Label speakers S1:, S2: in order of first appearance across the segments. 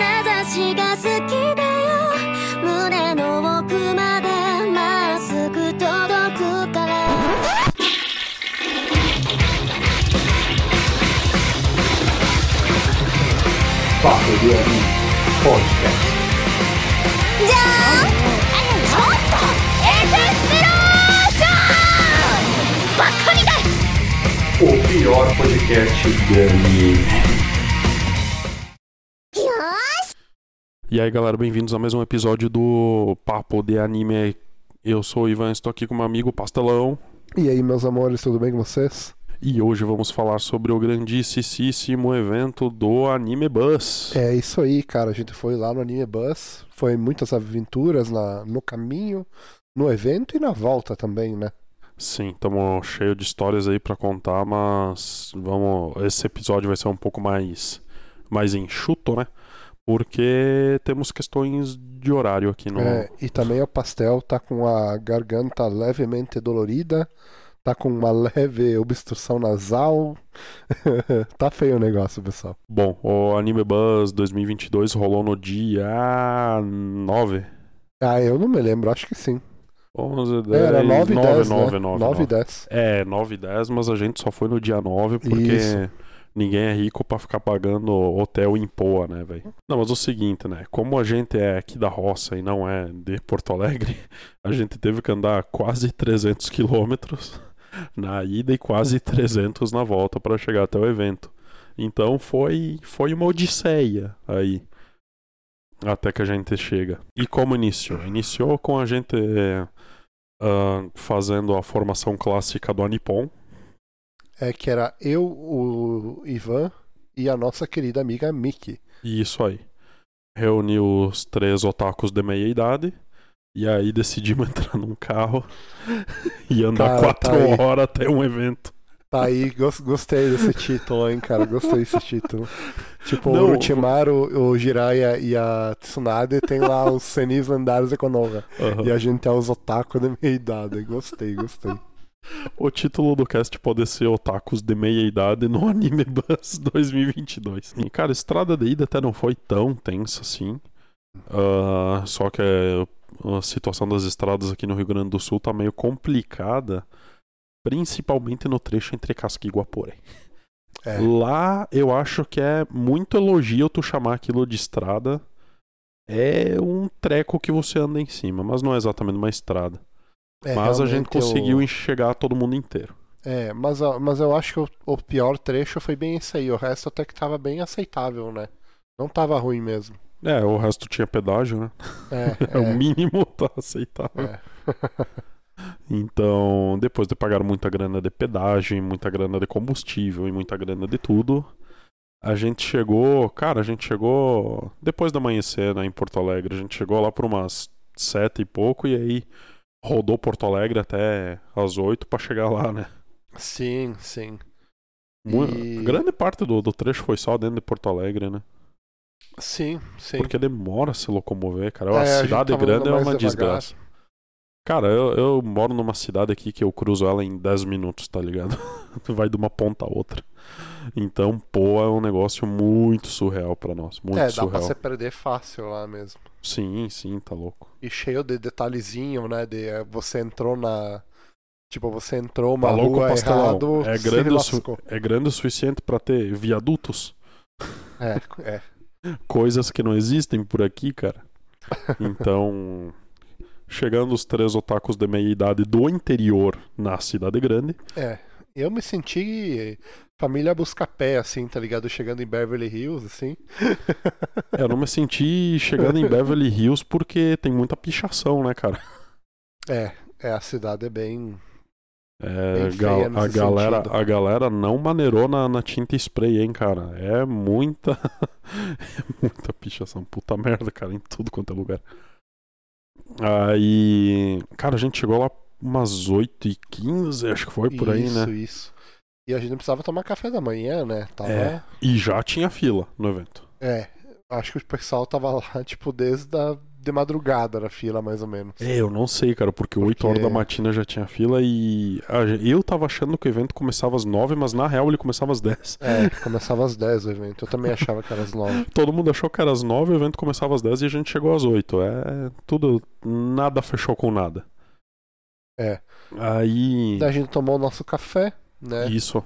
S1: 私が好きだよ胸の奥までまっすぐ届くから
S2: Bateria e Podcast.
S1: じゃーんちょっとエクスプロージョンバカみたい
S2: O pior podcast de anime.
S1: よ
S3: E aí galera, bem-vindos a mais um episódio do Papo de Anime. Eu sou o Ivan, estou aqui com meu amigo Pastelão
S4: E aí, meus amores, tudo bem com vocês?
S3: e hoje vamos falar sobre o grandíssimo evento do Anime Bus.
S4: É isso aí, cara. A gente foi lá no Anime Bus, foi muitas aventuras na, no caminho, no evento e na volta também, né?
S3: Sim, estamos cheio de histórias aí para contar, mas vamos, esse episódio vai ser um pouco mais mais enxuto, né? Porque temos questões de horário aqui no
S4: É, e também o Pastel tá com a garganta levemente dolorida, tá com uma leve obstrução nasal. tá feio o negócio, pessoal.
S3: Bom, o Anime Bus 2022 rolou no dia 9
S4: Ah, eu não me lembro, acho que sim.
S3: 11, 10,
S4: Era 9 e 10,
S3: 9,
S4: né?
S3: 9,
S4: 9 e 10.
S3: É, 9 e 10, mas a gente só foi no dia 9 porque
S4: Isso.
S3: ninguém é rico pra ficar pagando hotel em Poa, né, velho? Não, mas o seguinte, né? Como a gente é aqui da roça e não é de Porto Alegre, a gente teve que andar quase 300 quilômetros na ida e quase 300 na volta pra chegar até o evento. Então foi, foi uma odisseia aí. Até que a gente chega. E como iniciou? Iniciou com a gente eh, ah, fazendo a formação clássica do Anipon.
S4: É que era eu, o Ivan e a nossa querida amiga Miki.
S3: E isso aí. Reuni os três otakus de meia idade. E aí decidimos entrar num carro e andar
S4: Cara, tá
S3: quatro
S4: aí.
S3: horas até um evento.
S4: Tá aí, gos- gostei desse título, hein, cara. Gostei desse título. Tipo,
S3: Não,
S4: o Uchimaru, o Jiraiya e a Tsunade tem lá os senis lendários de Konoha.
S3: Aham.
S4: E a gente é os otaku da minha idade. Gostei, gostei.
S3: O título do cast pode ser Otakus de Meia Idade no Anime Bus 2022. E, cara, a estrada de ida até não foi tão tensa assim. Ah, só que a situação das estradas aqui no Rio Grande do Sul tá meio complicada. Principalmente no trecho entre Casca e Guaporé.
S4: É,
S3: Lá eu acho que é muito elogio tu chamar aquilo de estrada. É um treco que você anda em cima, mas não é exatamente uma estrada.
S4: é,
S3: mas a gente
S4: realmente eu-
S3: conseguiu enxergar todo mundo inteiro.
S4: É, mas, a- mas eu acho que o, o pior trecho foi bem esse aí. O resto até que tava bem aceitável, né? Não tava ruim mesmo.
S3: É, o resto tinha pedágio, né?
S4: É,
S3: É, o mínimo tá aceitável.
S4: é.
S3: Então, depois de pagar muita grana de pedágio, muita grana de combustível e muita grana de tudo, a gente chegou, cara, a gente chegou depois da amanhecer, né, em Porto Alegre. A gente chegou lá por umas sete e pouco e aí rodou Porto Alegre até as oito pra chegar lá, né?
S4: Sim, sim.
S3: Mu-
S4: E-
S3: Grande parte do, do trecho foi só dentro de Porto Alegre, né?
S4: Sim, sim.
S3: Porque demora se locomover, cara.
S4: É,
S3: a
S4: a gente
S3: cidade
S4: tava
S3: grande é
S4: andando
S3: uma
S4: mais devagar.
S3: desgraça. Cara, eu, eu moro numa cidade aqui que eu cruzo ela em 10 minutos, tá ligado? Tu Vai de uma ponta a outra. Então, pô, é um negócio muito surreal pra nós. Muito
S4: é, dá pra
S3: surreal.
S4: se perder fácil lá mesmo.
S3: Sim, sim, tá louco.
S4: e cheio de detalhezinho, né? De eh, você entrou na. Tipo, você entrou uma
S3: Tá louco,
S4: rua
S3: pastelão.
S4: errado,
S3: É
S4: se
S3: grande, o su-
S4: lascou.
S3: é grande o suficiente pra ter viadutos.
S4: É, é.
S3: Coisas que não existem por aqui, cara. Então, chegando os três otakus de meia idade do interior na cidade grande.
S4: É. Eu me senti família busca-pé, assim, tá ligado? Chegando em Beverly Hills, assim.
S3: É, Eu não me senti chegando em Beverly Hills porque tem muita pichação, né, cara?
S4: É, é, a cidade é bem.
S3: É,
S4: Bem
S3: gal-
S4: feia nesse
S3: a, galera,
S4: sentido.
S3: a galera não maneirou na, na tinta spray, hein, cara? É muita. é muita pichação. Puta merda, cara, em tudo quanto é lugar. Aí. Cara, a gente chegou lá umas 8h15, acho que foi por aí,
S4: isso,
S3: né?
S4: isso. E a gente não precisava tomar café da manhã, né? Tava.
S3: É.
S4: É.
S3: E já tinha fila no evento.
S4: Acho que o pessoal tava lá, tipo, desde a de madrugada era a fila, mais ou menos.
S3: É, eu não sei, cara, porque,
S4: Porque-
S3: 8 horas da matina já tinha fila e a gen- eu tava achando que o evento começava às 9, mas na real ele começava às 10.
S4: É, começava às 10 o evento. Eu também achava que era às 9.
S3: Todo mundo achou que era às 9, o evento começava às 10 e a gente chegou às 8. É, tudo, nada fechou com nada.
S4: É.
S3: Aí,
S4: Daí a gente tomou o nosso café, né?
S3: isso.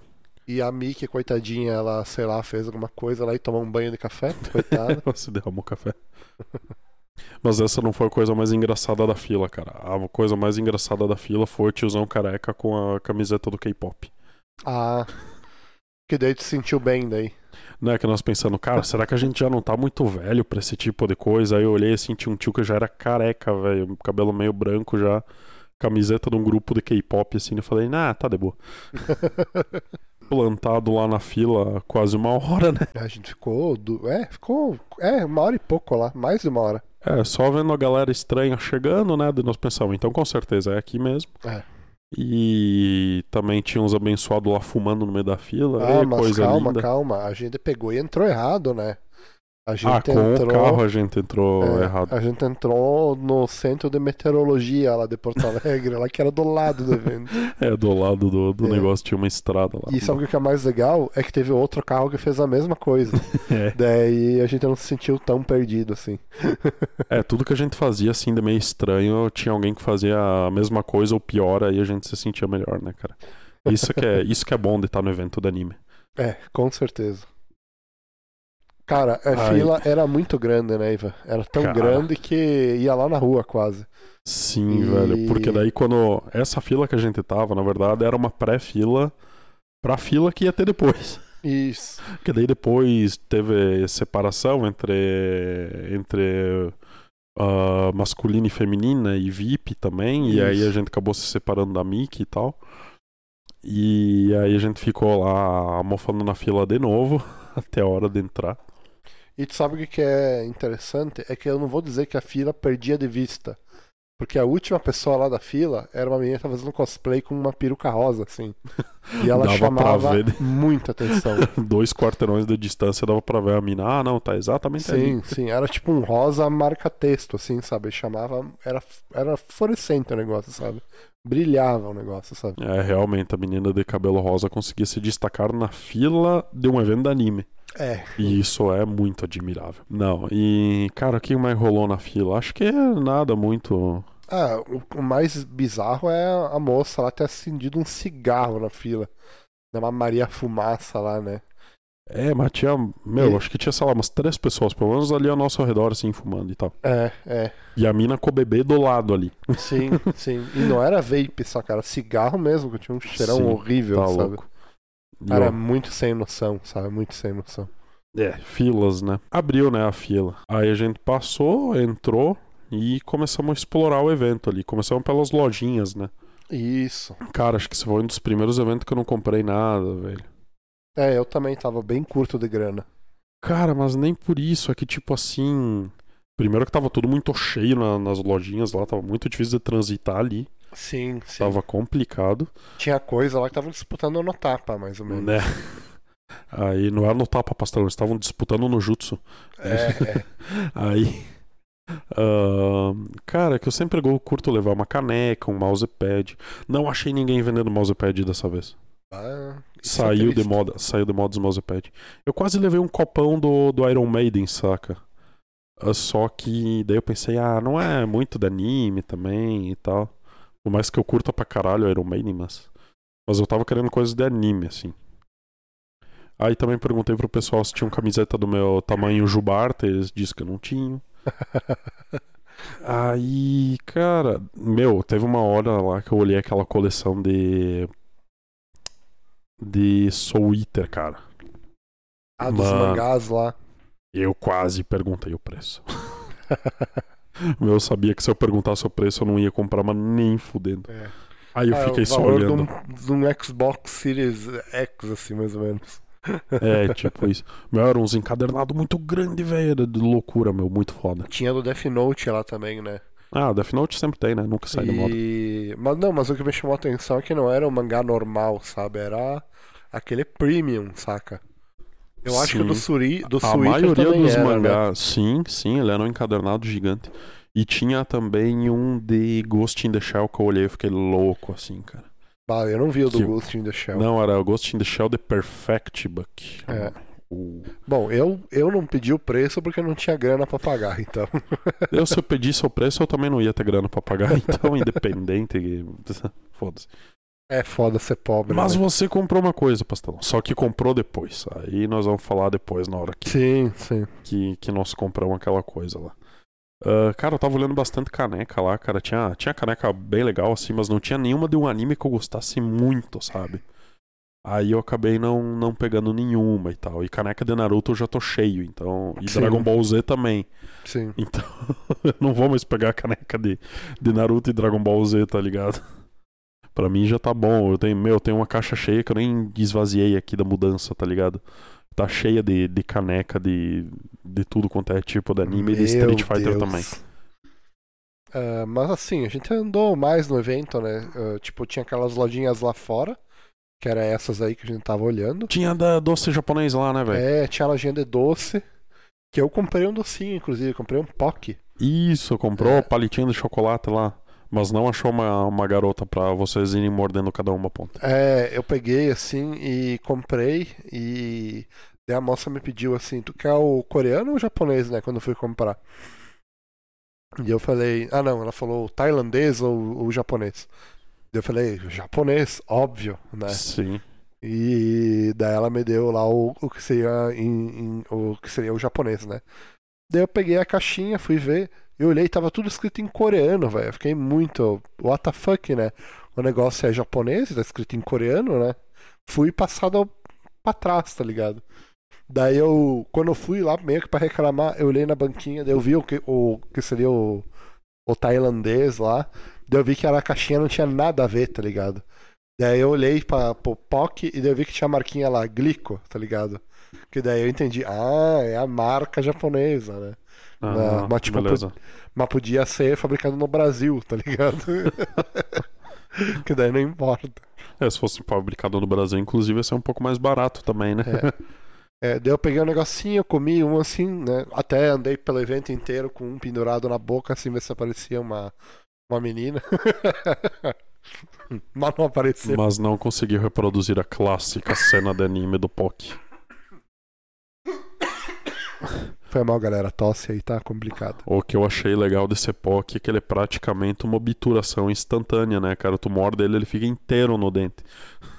S4: E a Mickey, coitadinha, ela, sei lá, fez alguma coisa lá e tomou um banho de café, coitada.
S3: Ela se derramou café. Mas essa não foi a coisa mais engraçada da fila, cara. A coisa mais engraçada da fila foi o tiozão careca com a camiseta do K-pop.
S4: ah. Que daí tu se sentiu bem daí.
S3: Né, que nós pensando, cara, será que a gente já não tá muito velho pra esse tipo de coisa? Aí eu olhei assim, tinha um tio que já era careca, velho, cabelo meio branco já, camiseta de um grupo de K-pop, assim, eu falei, nah, tá de boa. Plantado lá na fila quase uma hora, né?
S4: A gente ficou. Du... É, ficou. É, uma hora e pouco lá, mais de uma hora.
S3: É, só vendo a galera estranha chegando, né? Daí nós pensamos, então com certeza é aqui mesmo.
S4: É.
S3: E também tinha uns abençoados lá fumando no meio da fila.
S4: Ah,
S3: Ei,
S4: mas
S3: coisa
S4: calma,
S3: linda.
S4: calma. A gente pegou e entrou errado, né? A gente
S3: Ah, com
S4: entrou.
S3: o carro a gente entrou
S4: é,
S3: errado.
S4: A gente entrou no centro de meteorologia lá de Porto Alegre, lá que era do lado do evento.
S3: É, do lado do, do
S4: É.
S3: negócio tinha uma estrada lá.
S4: E sabe o que é mais legal? É que teve outro carro que fez a mesma coisa.
S3: É.
S4: Daí a gente não se sentiu tão perdido assim.
S3: É, tudo que a gente fazia assim de meio estranho, tinha alguém que fazia a mesma coisa ou pior, aí a gente se sentia melhor, né, cara? Isso que é, isso que é bom de estar no evento do anime.
S4: É, com certeza. Cara, a
S3: Ai.
S4: fila era muito grande, né, Iva? Era tão
S3: Cara.
S4: grande que ia lá na rua quase.
S3: Sim,
S4: E-
S3: velho, porque daí quando essa fila que a gente tava, na verdade, era uma pré-fila pra fila que ia ter depois.
S4: Isso.
S3: Porque daí depois teve separação entre entre ah, masculina e feminina e VIP também, e aí
S4: Isso.
S3: a gente acabou se separando da Mickey e tal. E aí a gente ficou lá mofando na fila de novo até a hora de entrar.
S4: E tu sabe o que que é interessante? É que eu não vou dizer que a fila perdia de vista. Porque a última pessoa lá da fila era uma menina que tava fazendo cosplay com uma peruca rosa, assim. E ela
S3: Dava pra
S4: chamava
S3: ver, né?
S4: muita atenção.
S3: Dois quarteirões de distância dava pra ver a mina. Ah, não, tá exatamente ali.
S4: sim, sim. Era tipo um rosa marca-texto, assim, sabe? Chamava. Era, era fluorescente o negócio, sabe? Brilhava o negócio, sabe?
S3: É, realmente, a menina de cabelo rosa conseguia se destacar na fila de um evento de anime.
S4: É.
S3: E isso é muito admirável. Não, e cara, o que mais rolou na fila? Acho que é nada muito.
S4: Ah, o, o mais bizarro é a moça lá ter acendido um cigarro na fila. Né? Uma Maria Fumaça lá, né?
S3: É, mas tinha. Meu,
S4: E-
S3: acho que tinha, sei lá, umas três pessoas, pelo menos ali ao nosso redor, assim, fumando e tal.
S4: É, é.
S3: E a mina com o bebê do lado ali.
S4: Sim, sim. E não era vape só, cara. Cigarro mesmo, que tinha um cheirão
S3: Sim,
S4: horrível,
S3: tá
S4: sabe?
S3: louco. E,
S4: Era
S3: ó,
S4: muito sem noção, sabe? Muito sem noção.
S3: é, filas, né? Abriu, né, a fila. Aí a gente passou, entrou e começamos a explorar o evento ali. Começamos pelas lojinhas, né?
S4: Isso.
S3: Cara, acho que esse foi um dos primeiros eventos que eu não comprei nada, velho.
S4: É, eu também tava bem curto de grana.
S3: Cara, mas nem por isso. É que, tipo assim. Primeiro que tava tudo muito cheio na- nas lojinhas lá, tava muito difícil de transitar ali.
S4: Sim, sim.
S3: Tava complicado,
S4: Tinha coisa lá que tava disputando no tapa, mais ou menos.
S3: né? Aí não era no tapa pastel, eles estavam disputando no jutsu.
S4: É, é.
S3: Aí. ahn, cara, é que eu sempre go- curto levar uma caneca, um mousepad. Não achei ninguém vendendo mousepad dessa vez.
S4: Ah, isso é
S3: Saiu de
S4: triste.
S3: moda, saiu de moda os mousepad. Eu quase levei um copão do, do Iron Maiden, saca? Ah, Só que daí eu pensei, ah, não é muito de anime também e tal. Por mais que eu curta pra caralho Iron Maiden, mas. Mas eu tava querendo coisas de anime, assim. Aí também perguntei pro pessoal se tinha uma camiseta do meu tamanho Jubarta, eles disseram que eu não tinha. Aí, cara, meu, teve uma hora lá que eu olhei aquela coleção de. de Soul Eater, cara.
S4: Ah, dos
S3: Mano.
S4: mangás lá.
S3: Eu quase perguntei o preço. Eu sabia que se eu perguntasse o preço eu não ia comprar, mas nem fudendo.
S4: É.
S3: Aí eu
S4: Ah,
S3: fiquei
S4: o
S3: só
S4: valor de
S3: olhando.
S4: um- De um, Xbox Series X, assim, mais ou menos. um-
S3: É, tipo isso. Meu, era uns encadernados muito grande, velho. Era de loucura, meu. Muito foda.
S4: Tinha do Death Note lá também, né?
S3: Ah, Death Note sempre tem, né? Nunca sai de moda.
S4: E- Mas não, mas o que me chamou a atenção é que não era um mangá normal, sabe? Era aquele premium, saca? Eu acho que o do
S3: Sim.
S4: Suri, do
S3: A
S4: Switch
S3: maioria
S4: também
S3: dos
S4: era, né?
S3: mangás, sim, sim, ele era um encadernado gigante. E tinha também um de Ghost in the Shell que eu olhei e fiquei louco, assim, cara.
S4: Bah, eu não vi É o do
S3: Que-
S4: Ghost in the Shell.
S3: Não, era Ghost in the Shell The Perfect Book.
S4: É.
S3: O-
S4: Bom, eu, eu não pedi o preço porque eu não tinha grana pra pagar, então.
S3: Eu, se eu pedisse o preço, eu também não ia ter grana pra pagar, então, independente. Foda-se.
S4: É foda ser pobre.
S3: Mas
S4: né?
S3: você comprou uma coisa, Pastelão. Só que comprou depois. Aí nós vamos falar depois, na hora que,
S4: Sim, sim.
S3: que, que nós compramos aquela coisa lá. Ah, cara, eu tava olhando bastante caneca lá, cara. Tinha, tinha caneca bem legal, assim, mas não tinha nenhuma de um anime que eu gostasse muito, sabe? Aí eu acabei não, não pegando nenhuma e tal. E caneca de Naruto eu já tô cheio, então. E
S4: Sim.
S3: Dragon Ball Z também.
S4: Sim.
S3: Então, eu não vou mais pegar a caneca de, de Naruto e Dragon Ball Z, tá ligado? Pra mim já tá bom. Eu tenho, meu, eu tenho uma caixa cheia que eu nem esvaziei aqui da mudança, tá ligado? Tá cheia de, de caneca de, de tudo quanto é tipo de anime e de
S4: Meu
S3: Street Fighter
S4: Deus.
S3: também.
S4: Ah, mas assim, a gente andou mais no evento, né? Ah, tipo, tinha aquelas lojinhas lá fora, que era essas aí que a gente tava olhando.
S3: Tinha da doce japonês lá, né, velho?
S4: É, tinha a lojinha de doce. Que eu comprei um docinho, inclusive, eu comprei um POC.
S3: Isso, comprou
S4: É.
S3: palitinho de chocolate lá. Mas não achou uma, uma garota pra vocês irem mordendo cada uma ponta.
S4: É, eu peguei assim e comprei e daí a moça me pediu assim, tu quer o coreano ou o japonês, né? Quando eu fui comprar. E eu falei, ah não, ela falou o tailandês ou o japonês. Daí Eu falei, japonês, óbvio, né?
S3: Sim.
S4: E daí ela me deu lá o, o que seria em- em- o que seria o japonês, né? Daí eu peguei a caixinha, fui ver, eu olhei, tava tudo escrito em coreano, velho. Eu Fiquei muito, what the fuck, né? O negócio é japonês, tá escrito em coreano, né? Fui passado pra trás, tá ligado? Daí eu, quando eu fui lá meio que pra reclamar, eu olhei na banquinha, daí eu vi o que, o, que seria o, o tailandês lá, daí eu vi que era a caixinha não tinha nada a ver, tá ligado? Daí eu olhei pra, pro POC e daí eu vi que tinha a marquinha lá, Glico, tá ligado? Que daí eu entendi, ah, é a marca japonesa, né?
S3: Ah,
S4: mas, tipo,
S3: beleza.
S4: Mas podia ser fabricado no Brasil, tá ligado? que daí não importa.
S3: É, se fosse fabricado no Brasil, inclusive, ia ser um pouco mais barato também, né?
S4: É, daí eu peguei um negocinho, eu comi um assim, né? Até andei pelo evento inteiro com um pendurado na boca, assim, ver se aparecia uma, uma menina. Mas não apareceu.
S3: Mas não conseguiu reproduzir a clássica cena de anime do POC.
S4: Foi mal, galera. Tosse aí tá complicado.
S3: O que eu achei legal desse POC é que ele é praticamente uma obturação instantânea, né, cara? Tu morde ele, ele fica inteiro no dente.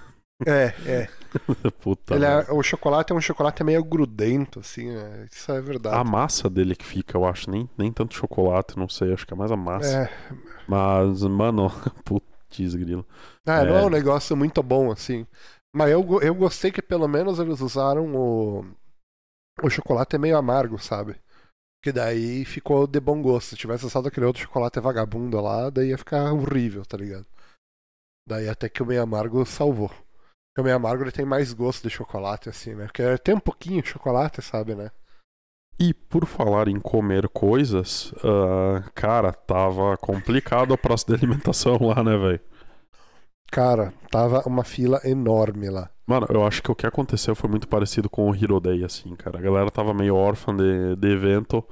S4: É, é.
S3: Puta.
S4: Ele é-
S3: merda.
S4: o chocolate é um chocolate meio grudento, assim, né? Isso é
S3: A
S4: verdade.
S3: massa dele que fica, eu acho. Nem, nem tanto chocolate, não sei. Acho que é mais a massa.
S4: É.
S3: Mas, mano, putz, grilo.
S4: Ah, não
S3: É.
S4: é um negócio muito bom, assim. Mas eu, go- eu gostei que pelo menos eles usaram o. O chocolate é meio amargo, sabe? Que daí ficou de bom gosto. Se tivesse usado aquele outro chocolate vagabundo lá, daí ia ficar horrível, tá ligado? Daí até que o meio amargo salvou. Porque o meio amargo ele tem mais gosto de chocolate, assim, né? Porque tem um pouquinho de chocolate, sabe, né?
S3: E por falar em comer coisas, ah, cara, tava complicado a praça de alimentação lá, né, velho?
S4: Cara, tava uma fila enorme lá.
S3: Mano, eu acho que o que aconteceu foi muito parecido com o Hero Day, assim, cara. A galera tava meio órfã de, de evento.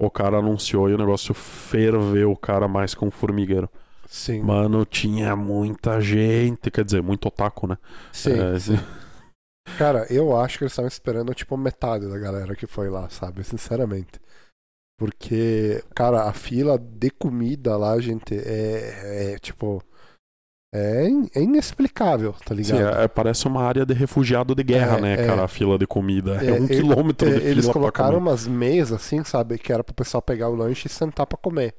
S3: O cara anunciou e o negócio ferveu o cara mais com um formigueiro.
S4: Sim.
S3: Mano, tinha muita gente. Quer dizer, muito otaku, né?
S4: Sim.
S3: É,
S4: Cara, eu acho que eles estavam esperando, tipo, metade da galera que foi lá, sabe? Sinceramente. Porque, cara, a fila de comida lá, gente, é, é, tipo. É, in- é inexplicável, tá
S3: sim,
S4: ligado?
S3: é- é- parece uma área de refugiado de guerra,
S4: É,
S3: né,
S4: é.
S3: cara? A fila de comida. É,
S4: É,
S3: um
S4: ele-
S3: quilômetro
S4: É,
S3: de fila
S4: eles
S3: pra
S4: colocaram
S3: comer.
S4: umas mesas, assim, sabe? Que era pro pessoal pegar o lanche e sentar pra comer.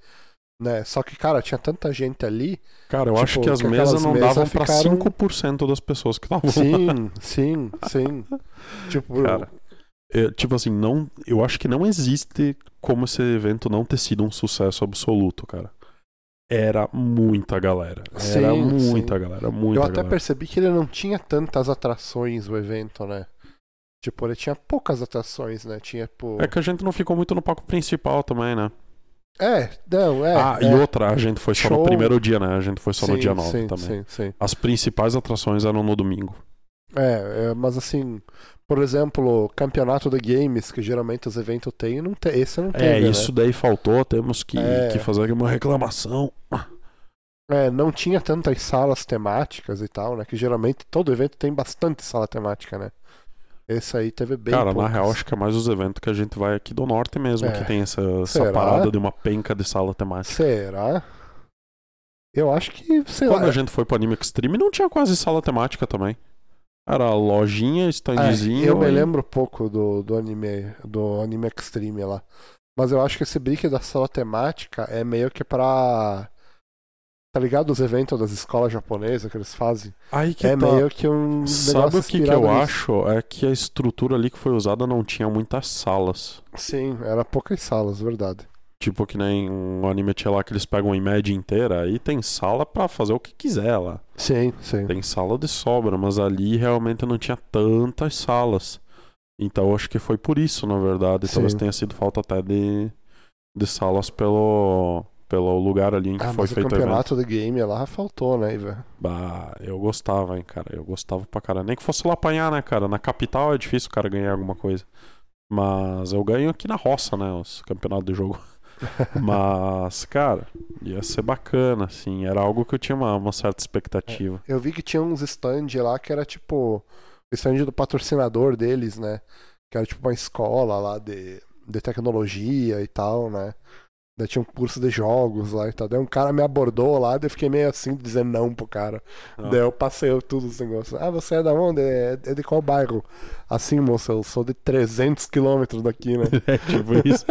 S4: Né? Só que, cara, tinha tanta gente ali.
S3: Cara, eu
S4: tipo,
S3: acho que as
S4: que
S3: mesas
S4: aquelas
S3: não
S4: mesas
S3: davam pra
S4: ficaram-
S3: 5% das pessoas que estavam lá.
S4: Sim, sim, sim. Tipo,
S3: Cara, É, tipo assim, não, eu acho que não existe como esse evento não ter sido um sucesso absoluto, cara. Era muita galera. Era
S4: Sim,
S3: muita galera, muita
S4: Eu até
S3: galera.
S4: percebi que ele não tinha tantas atrações o evento, né? Tipo, ele tinha poucas atrações, né? Tinha, pô.
S3: É que a gente não ficou muito no palco principal também, né?
S4: É, não, é.
S3: ah,
S4: é.
S3: e outra, a gente foi só no
S4: Show.
S3: primeiro dia, né? A gente foi só no
S4: Sim,
S3: dia 9
S4: sim,
S3: também.
S4: Sim, sim.
S3: As principais atrações eram no domingo.
S4: É, é, mas assim, Por exemplo, campeonato de games, que geralmente os eventos têm, não tem, esse não
S3: É,
S4: teve, né?
S3: isso daí faltou, temos que,
S4: É.
S3: que fazer aqui uma reclamação.
S4: É, não tinha tantas salas temáticas e tal, né? Que geralmente todo evento tem bastante sala temática, né? Esse aí teve bem.
S3: Cara, na
S4: poucas.
S3: real, acho que é mais os eventos que a gente vai aqui do norte mesmo,
S4: É.
S3: que tem essa, essa
S4: Será?
S3: parada de uma penca de sala temática.
S4: Será? Eu acho que, sei
S3: Quando
S4: lá.
S3: a gente foi pro Anime Extreme, não tinha quase sala temática também. Era lojinha, standzinho.
S4: É, eu me
S3: e-
S4: lembro pouco do, do anime do anime Extreme lá. Mas eu acho que esse brick da sala temática é meio que pra. Tá ligado? Os eventos das escolas japonesas que eles fazem.
S3: Aí que
S4: é
S3: tá.
S4: meio que um.
S3: Sabe
S4: negócio
S3: o que, que
S4: inspirado
S3: eu
S4: nisso.
S3: acho? É que a estrutura ali que foi usada não tinha muitas salas.
S4: Sim, era poucas salas, verdade.
S3: Tipo que nem um anime tinha lá que eles pegam em média inteira, aí tem sala pra fazer o que quiser lá.
S4: Sim, sim.
S3: Tem sala de sobra, mas ali realmente não tinha tantas salas. Então eu acho que foi por isso, na verdade. Talvez
S4: Sim.
S3: tenha sido falta até de, de salas pelo, pelo lugar ali em que
S4: Ah,
S3: foi
S4: mas o
S3: feito o evento.
S4: campeonato de game lá faltou, né, velho?
S3: Bah, eu gostava, hein, cara. Eu gostava pra caralho. Nem que fosse lá apanhar, né, cara? Na capital é difícil o cara ganhar alguma coisa. Mas eu ganho aqui na roça, né? Os campeonatos de jogo. Mas, cara, ia ser bacana, assim. Era algo que eu tinha uma, uma certa expectativa.
S4: Eu vi que tinha uns stand lá que era tipo o stand do patrocinador deles, né? Que era tipo uma escola lá de, de tecnologia e tal, né? Daí tinha um curso de jogos lá e tal. Daí um cara me abordou lá, daí eu fiquei meio assim, dizendo não pro cara.
S3: Ah.
S4: Daí eu passei tudo os negócios. Ah, você é da onde? É é de qual bairro? Assim, moça, eu sou de 300 quilômetros daqui, né?
S3: É tipo isso.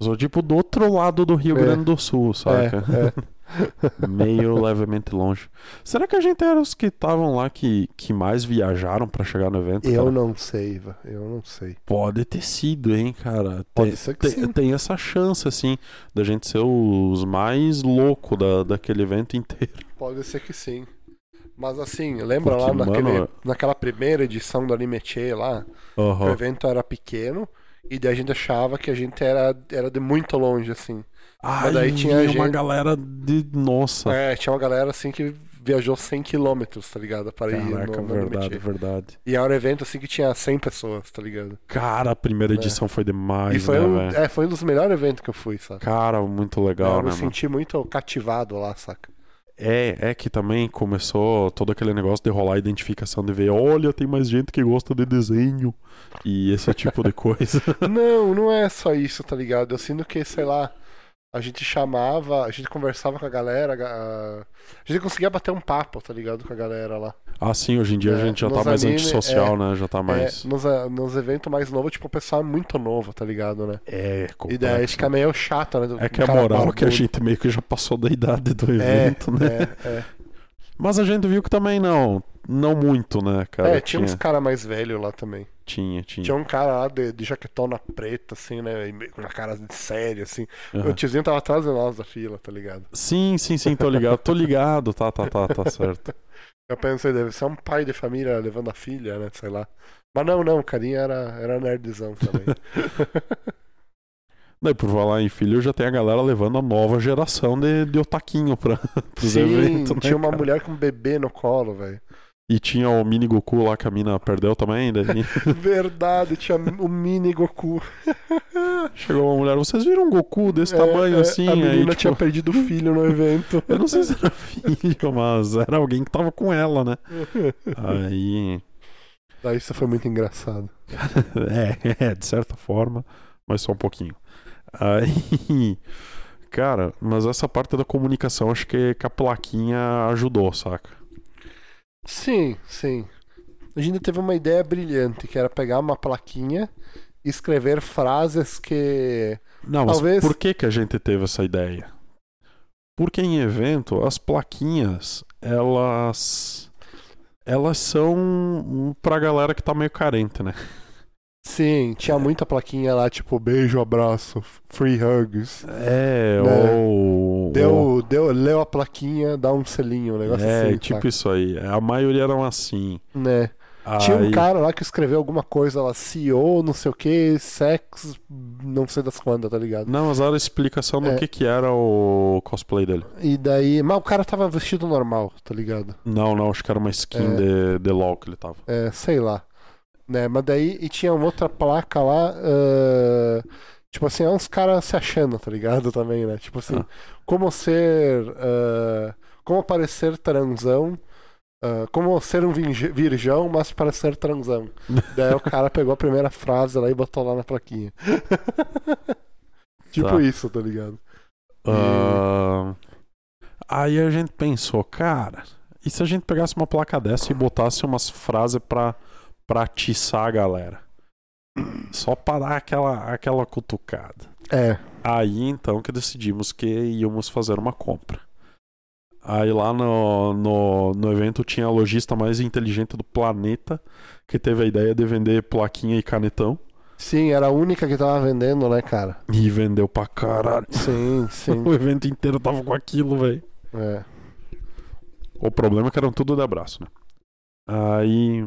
S3: Sou tipo do outro lado do Rio
S4: É.
S3: Grande do Sul, saca?
S4: É, é.
S3: Meio levemente longe. Será que a gente era os que estavam lá que, que mais viajaram pra chegar no evento?
S4: é. Eu
S3: cara?
S4: não sei, Iva. Eu não sei.
S3: Pode ter sido, hein, cara.
S4: Pode
S3: Tem-
S4: ser que
S3: tem,
S4: sim.
S3: tem essa chance, assim, da gente ser os mais loucos da, daquele evento inteiro.
S4: Pode ser que sim. Mas assim, lembra
S3: Porque,
S4: lá naquele-
S3: mano,
S4: naquela primeira edição do Anime Che lá? O evento era pequeno e daí a gente achava que a gente era, era de muito longe, assim.
S3: Ai,
S4: daí tinha
S3: uma
S4: gente-
S3: galera de. Nossa.
S4: É, tinha uma galera assim que viajou 100 km, tá ligado? Para ir
S3: Caraca,
S4: no, no
S3: verdade,
S4: Anime Che.
S3: verdade.
S4: E era um evento assim que tinha 100 pessoas, tá ligado?
S3: Cara, a primeira
S4: É.
S3: edição foi demais,
S4: e foi
S3: né,
S4: um,
S3: velho?
S4: é, foi um dos melhores eventos que eu fui, sabe? É,
S3: Cara, muito legal,
S4: eu
S3: né,
S4: me
S3: mano?
S4: senti muito cativado lá, saca?
S3: É, é que também começou todo aquele negócio de rolar a identificação, de ver, olha, tem mais gente que gosta de desenho e esse tipo de coisa.
S4: Não, não é só isso, tá ligado? Eu sinto que, sei lá, a gente chamava, a gente conversava com a galera, a ga- a gente conseguia bater um papo, tá ligado? Com a galera lá.
S3: Ah, sim, hoje em dia a
S4: É,
S3: gente já tá
S4: nos
S3: mais
S4: anime,
S3: antissocial,
S4: é,
S3: né? Já tá mais.
S4: É, nos, a- nos eventos mais novos, tipo, o pessoal é muito novo, tá ligado, né?
S3: É,
S4: E daí
S3: complexo.
S4: fica meio chato, né? do-
S3: É que
S4: do
S3: a
S4: cara
S3: moral é que a
S4: barbudo.
S3: gente meio que já passou da idade do
S4: É,
S3: evento, né?
S4: é,
S3: Mas a gente viu que também não. Não muito, né,
S4: é.
S3: cara?
S4: É, tinha uns caras mais velhos lá também.
S3: tinha, tinha.
S4: Tinha um cara lá de, de jaquetona preta, assim, né? e meio Com uma cara de sério, assim.
S3: Aham.
S4: O tiozinho tava atrás de nós da fila, tá ligado?
S3: Sim, sim, sim, tô ligado. Tô ligado, tá, tá, tá, tá certo.
S4: Eu pensei, deve ser um pai de família levando a filha, né? Sei lá. Mas não, não, o carinha era, era nerdzão também.
S3: Daí, por falar em filho, já tem a galera levando a nova geração de, de otaquinho pra, pros
S4: Sim,
S3: eventos, né,
S4: tinha uma
S3: cara?
S4: mulher com um bebê no colo, velho.
S3: E tinha o mini Goku lá que a mina perdeu também. Daí
S4: Verdade, tinha o mini Goku.
S3: chegou uma mulher, vocês viram um Goku desse tamanho
S4: É, é,
S3: assim?
S4: A menina
S3: Aí, tipo,
S4: tinha perdido o filho no evento.
S3: Eu não sei se era filho, mas era alguém que tava com ela, né? Aí.
S4: Ah, isso foi muito engraçado.
S3: É, é, de certa forma, mas só um pouquinho. Aí. Cara, mas essa parte da comunicação acho que, que a plaquinha ajudou, saca?
S4: Sim, sim. A gente teve uma ideia brilhante, que era pegar uma plaquinha e escrever frases que.
S3: Não, mas
S4: Talvez-
S3: por que, que a gente teve essa ideia? Porque em evento, as plaquinhas, elas. Elas são pra galera que tá meio carente, né?
S4: Sim, tinha
S3: É.
S4: muita plaquinha lá, tipo, beijo, abraço, free hugs.
S3: É,
S4: Né?
S3: ou. ou-
S4: Deu, deu, leu a plaquinha, dá um selinho, um negócio
S3: É,
S4: assim.
S3: tipo
S4: saca?
S3: isso aí. A maioria eram assim.
S4: Né? Tinha um
S3: Aí-
S4: cara lá que escreveu alguma coisa lá, CEO, não sei o que, sex, não sei das quantas, tá ligado?
S3: Não, mas era a explicação do
S4: É.
S3: que que era o cosplay dele.
S4: E daí. Mas o cara tava vestido normal, tá ligado?
S3: Não, não, acho que era uma skin
S4: É.
S3: de, de LOL que ele tava.
S4: É, sei lá. né? Mas daí e tinha uma outra placa lá. ah, tipo assim, é uns caras se achando, tá ligado? Também, né? Tipo assim,
S3: Ah.
S4: como ser. ah, como parecer transão. ah, como ser um vinge- virgão, mas parecer transão. Daí o cara pegou a primeira frase lá e botou lá na plaquinha. tipo
S3: Tá.
S4: isso, tá ligado?
S3: Ahn, Ah, Aí a gente pensou, cara, e se a gente pegasse uma placa dessa e botasse umas frases pra, pra atiçar a galera? Só pra dar aquela, aquela cutucada.
S4: É.
S3: Aí então que decidimos que íamos fazer uma compra. Aí lá no, no, no evento tinha a lojista mais inteligente do planeta que teve a ideia de vender plaquinha e canetão.
S4: Sim, era a única que tava vendendo, né, cara?
S3: E vendeu pra caralho.
S4: Sim, sim.
S3: O evento inteiro tava com aquilo, velho.
S4: é.
S3: O problema é que eram tudo de abraço, né? Aí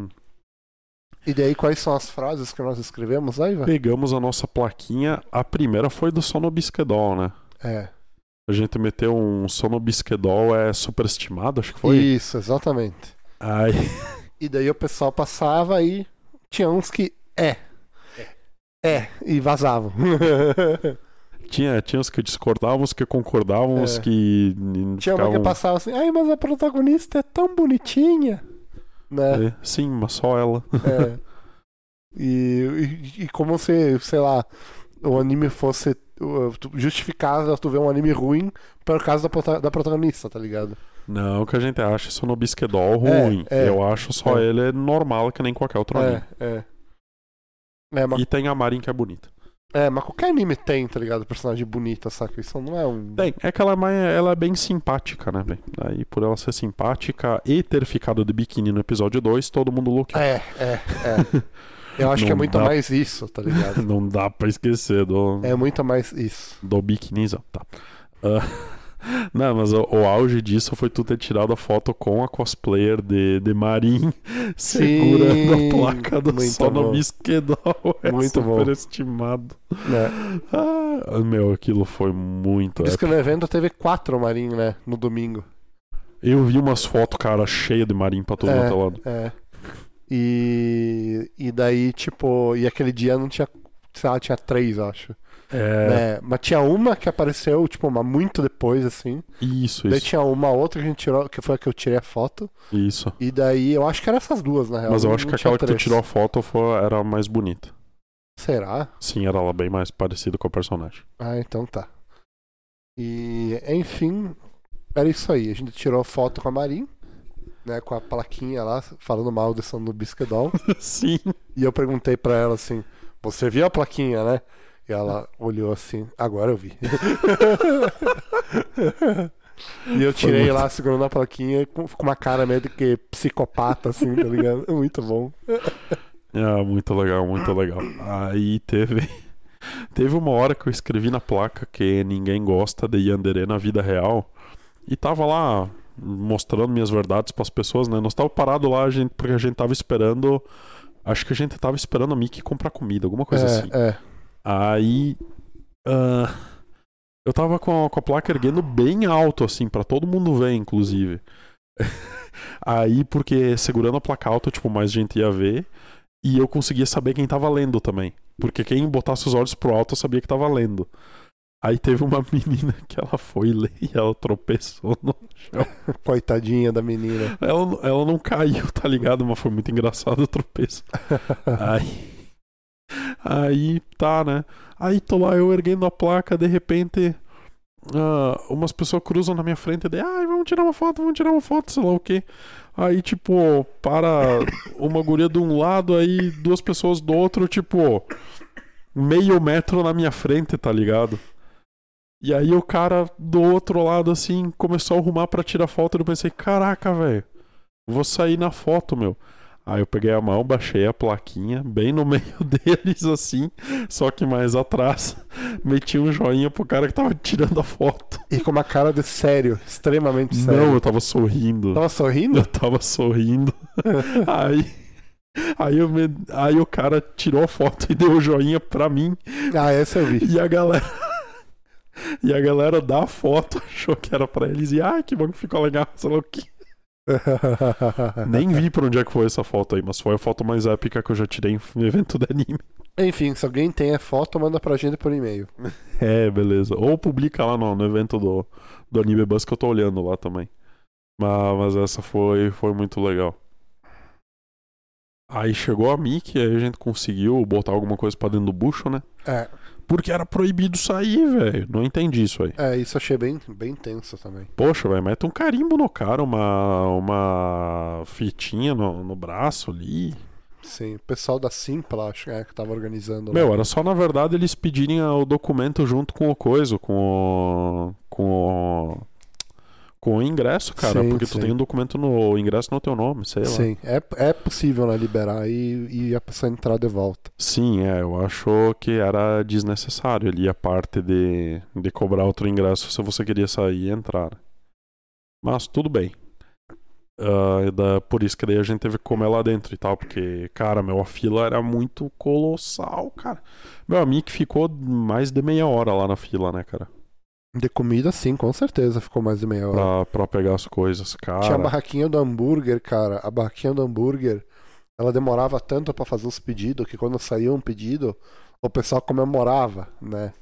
S4: E daí, quais são as frases que nós escrevemos aí, velho?
S3: pegamos a nossa plaquinha. A primeira foi do Sonobisquedol, né?
S4: É.
S3: A gente meteu um Sonobisquedol é superestimado, acho que foi.
S4: Isso, exatamente.
S3: Aí
S4: E daí o pessoal passava e tinha uns que é. É, e vazavam.
S3: Tinha, tinha os que discordavam, os que concordavam, os
S4: É.
S3: que. n-
S4: tinha uma que
S3: ficavam-
S4: passava assim, ai, mas a protagonista é tão bonitinha. Né?
S3: É, Sim, mas só ela.
S4: É. E, e, e como se, sei lá, o anime fosse uh, tu- justificável tu ver um anime ruim por causa da, prota- da protagonista, tá ligado?
S3: Não, o que a gente acha isso no Bisquedol
S4: É,
S3: ruim.
S4: é.
S3: Eu acho só
S4: É.
S3: ele normal, que nem qualquer outro anime.
S4: É, é. É mas,
S3: E tem a Marin que é bonita.
S4: é, mas qualquer anime tem, tá ligado? Personagem bonita, saca? Isso não é um.
S3: Tem, é que ela é, mais- ela é bem simpática, né, velho? Aí por ela ser simpática e ter ficado de biquíni no episódio 2, todo mundo louco.
S4: É, é, é. Eu acho que é
S3: Não
S4: muito
S3: dá.
S4: mais isso, tá ligado?
S3: Não dá pra esquecer do.
S4: É muito mais isso.
S3: Do biquinizão, tá. Ah, não, mas o, o auge disso foi tu ter tirado a foto com a cosplayer de, de Marin segurando a placa do
S4: muito bom.
S3: Sonomisquedol. É
S4: Muito bom.
S3: superestimado.
S4: Né?
S3: Ah, meu, aquilo foi muito.
S4: Diz
S3: épico.
S4: que no evento teve quatro Marim, né? No domingo.
S3: Eu vi umas fotos, cara, cheia de Marin pra todo
S4: É.
S3: outro lado.
S4: É. E, e daí, tipo, e aquele dia não tinha. Sei lá, tinha três, eu acho.
S3: É,
S4: né? Mas tinha uma que apareceu, tipo, uma muito depois, assim.
S3: Isso,
S4: Daí
S3: isso.
S4: tinha uma outra que a gente tirou, que foi a que eu tirei a foto.
S3: isso.
S4: E daí, eu acho que eram essas duas, na real.
S3: Mas eu
S4: não-
S3: acho que
S4: não tinha
S3: aquela que tu
S4: três.
S3: tirou a foto foi, era a mais bonita.
S4: Será?
S3: Sim, era ela bem mais parecida com a personagem.
S4: Ah, então tá. E, enfim, era isso aí. A gente tirou foto com a Marim, né, com a plaquinha lá, falando mal de São do Bisquedol.
S3: Sim.
S4: e eu perguntei pra ela assim: Você viu a plaquinha, né? E ela olhou assim: Agora eu vi. e eu
S3: Foi
S4: tirei
S3: muito-
S4: lá, segurando a plaquinha, com com uma cara meio de que psicopata, assim, tá ligado? Muito bom.
S3: Ah, muito legal, muito legal. Aí teve. Teve uma hora que eu escrevi na placa que ninguém gosta de Yandere na vida real. E tava lá mostrando minhas verdades pras pessoas, né? Nós tava parado lá, a gente, porque a gente tava esperando. Acho que a gente tava esperando a Mickey comprar comida, alguma coisa assim.
S4: é, é.
S3: Aí. ah, eu tava com a, com a placa erguendo bem alto, assim, pra todo mundo ver, inclusive. Aí, porque segurando a placa alta, tipo, mais gente ia ver. E eu conseguia saber quem tava lendo também. Porque quem botasse os olhos pro alto eu sabia que tava lendo. Aí teve uma menina que ela foi ler e ela tropeçou no chão.
S4: Coitadinha da menina.
S3: Ela, ela não caiu, tá ligado? Mas foi muito engraçado o tropeço. Aí. Aí tá, né? Aí tô lá eu erguendo a placa, de repente. ah, umas pessoas cruzam na minha frente e daí, ai, vamos tirar uma foto, vamos tirar uma foto, sei lá o quê. Aí, tipo, para uma guria de um lado, aí duas pessoas do outro, tipo, meio metro na minha frente, tá ligado? E aí o cara do outro lado, assim, começou a arrumar pra tirar foto e eu pensei, caraca, velho, vou sair na foto, meu. Aí eu peguei a mão, baixei a plaquinha, bem no meio deles, assim, só que mais atrás, meti um joinha pro cara que tava tirando a foto.
S4: E com uma cara de sério, extremamente sério.
S3: Não, eu tava sorrindo.
S4: Tava sorrindo?
S3: Eu tava sorrindo. aí. Aí, eu me- aí o cara tirou a foto e deu o joinha pra mim.
S4: Ah, essa eu vi.
S3: E a galera. E a galera da foto achou que era pra eles. E, ah, que bom que ficou legal, sei lá o quê. Nem vi pra onde é que foi essa foto aí, mas foi a foto mais épica que eu já tirei em um evento de anime.
S4: Enfim, se alguém tem a foto, manda pra gente por e-mail.
S3: É, beleza. Ou publica lá no, no evento do, do Anime Bus que eu tô olhando lá também. Mas, mas essa foi, foi muito legal. Aí chegou a Mickey, aí a gente conseguiu botar alguma coisa pra dentro do bucho, né?
S4: É,
S3: Porque era proibido sair, velho. Não entendi isso aí.
S4: é isso achei bem, bem tenso também.
S3: Poxa, velho, mete um carimbo no cara, uma, uma fitinha no, no braço ali.
S4: Sim, o pessoal da Simpla, acho é, que tava organizando. lá.
S3: Meu, era só na verdade eles pedirem ah, o documento junto com o coisa, com o. com o. com o ingresso, cara.
S4: Sim,
S3: porque
S4: sim.
S3: tu tem um documento no. o ingresso no teu nome, sei lá.
S4: Sim, é, é possível né, liberar e, e a pessoa entrar de volta.
S3: Sim, é, eu acho que era desnecessário ali a parte de, de cobrar outro ingresso se você queria sair e entrar. Mas tudo bem. Ah, e da- por isso que daí a gente teve que comer lá dentro e tal, porque, cara, meu, a fila era muito colossal, cara. Meu amigo ficou mais de meia hora lá na fila, né, cara?
S4: De comida, sim, com certeza ficou mais de meia hora.
S3: Pra, pra pegar as coisas, cara.
S4: Tinha a barraquinha do hambúrguer, cara. A barraquinha do hambúrguer, ela demorava tanto pra fazer os pedidos que quando saía um pedido, o pessoal comemorava, né?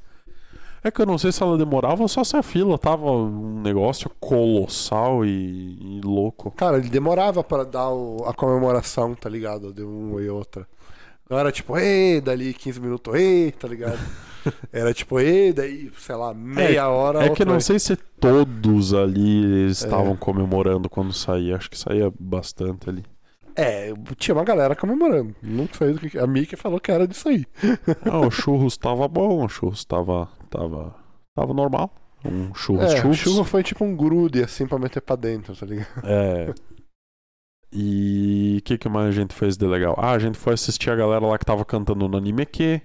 S3: É que eu não sei se ela demorava ou só se a fila tava um negócio colossal e, e louco.
S4: Cara, ele demorava pra dar o- a comemoração, tá ligado? De um e outra. Não era tipo, ei, dali 15 minutos, ei, tá ligado? Era tipo, ei, daí, sei lá, meia hora.
S3: É que
S4: outro
S3: eu não
S4: "ei".
S3: sei se todos ali
S4: É.
S3: estavam comemorando quando saía. Acho que saía bastante ali.
S4: É, tinha uma galera comemorando. Não sei do que. A Mickey falou que era disso aí.
S3: Ah, o churros tava bom, o churros tava. tava. tava normal. Um churros
S4: É, o
S3: churros.
S4: churro foi tipo um grude, assim, pra meter pra dentro, tá ligado?
S3: É. E o que, que mais a gente fez de legal? Ah, a gente foi assistir a galera lá que tava cantando no anime que.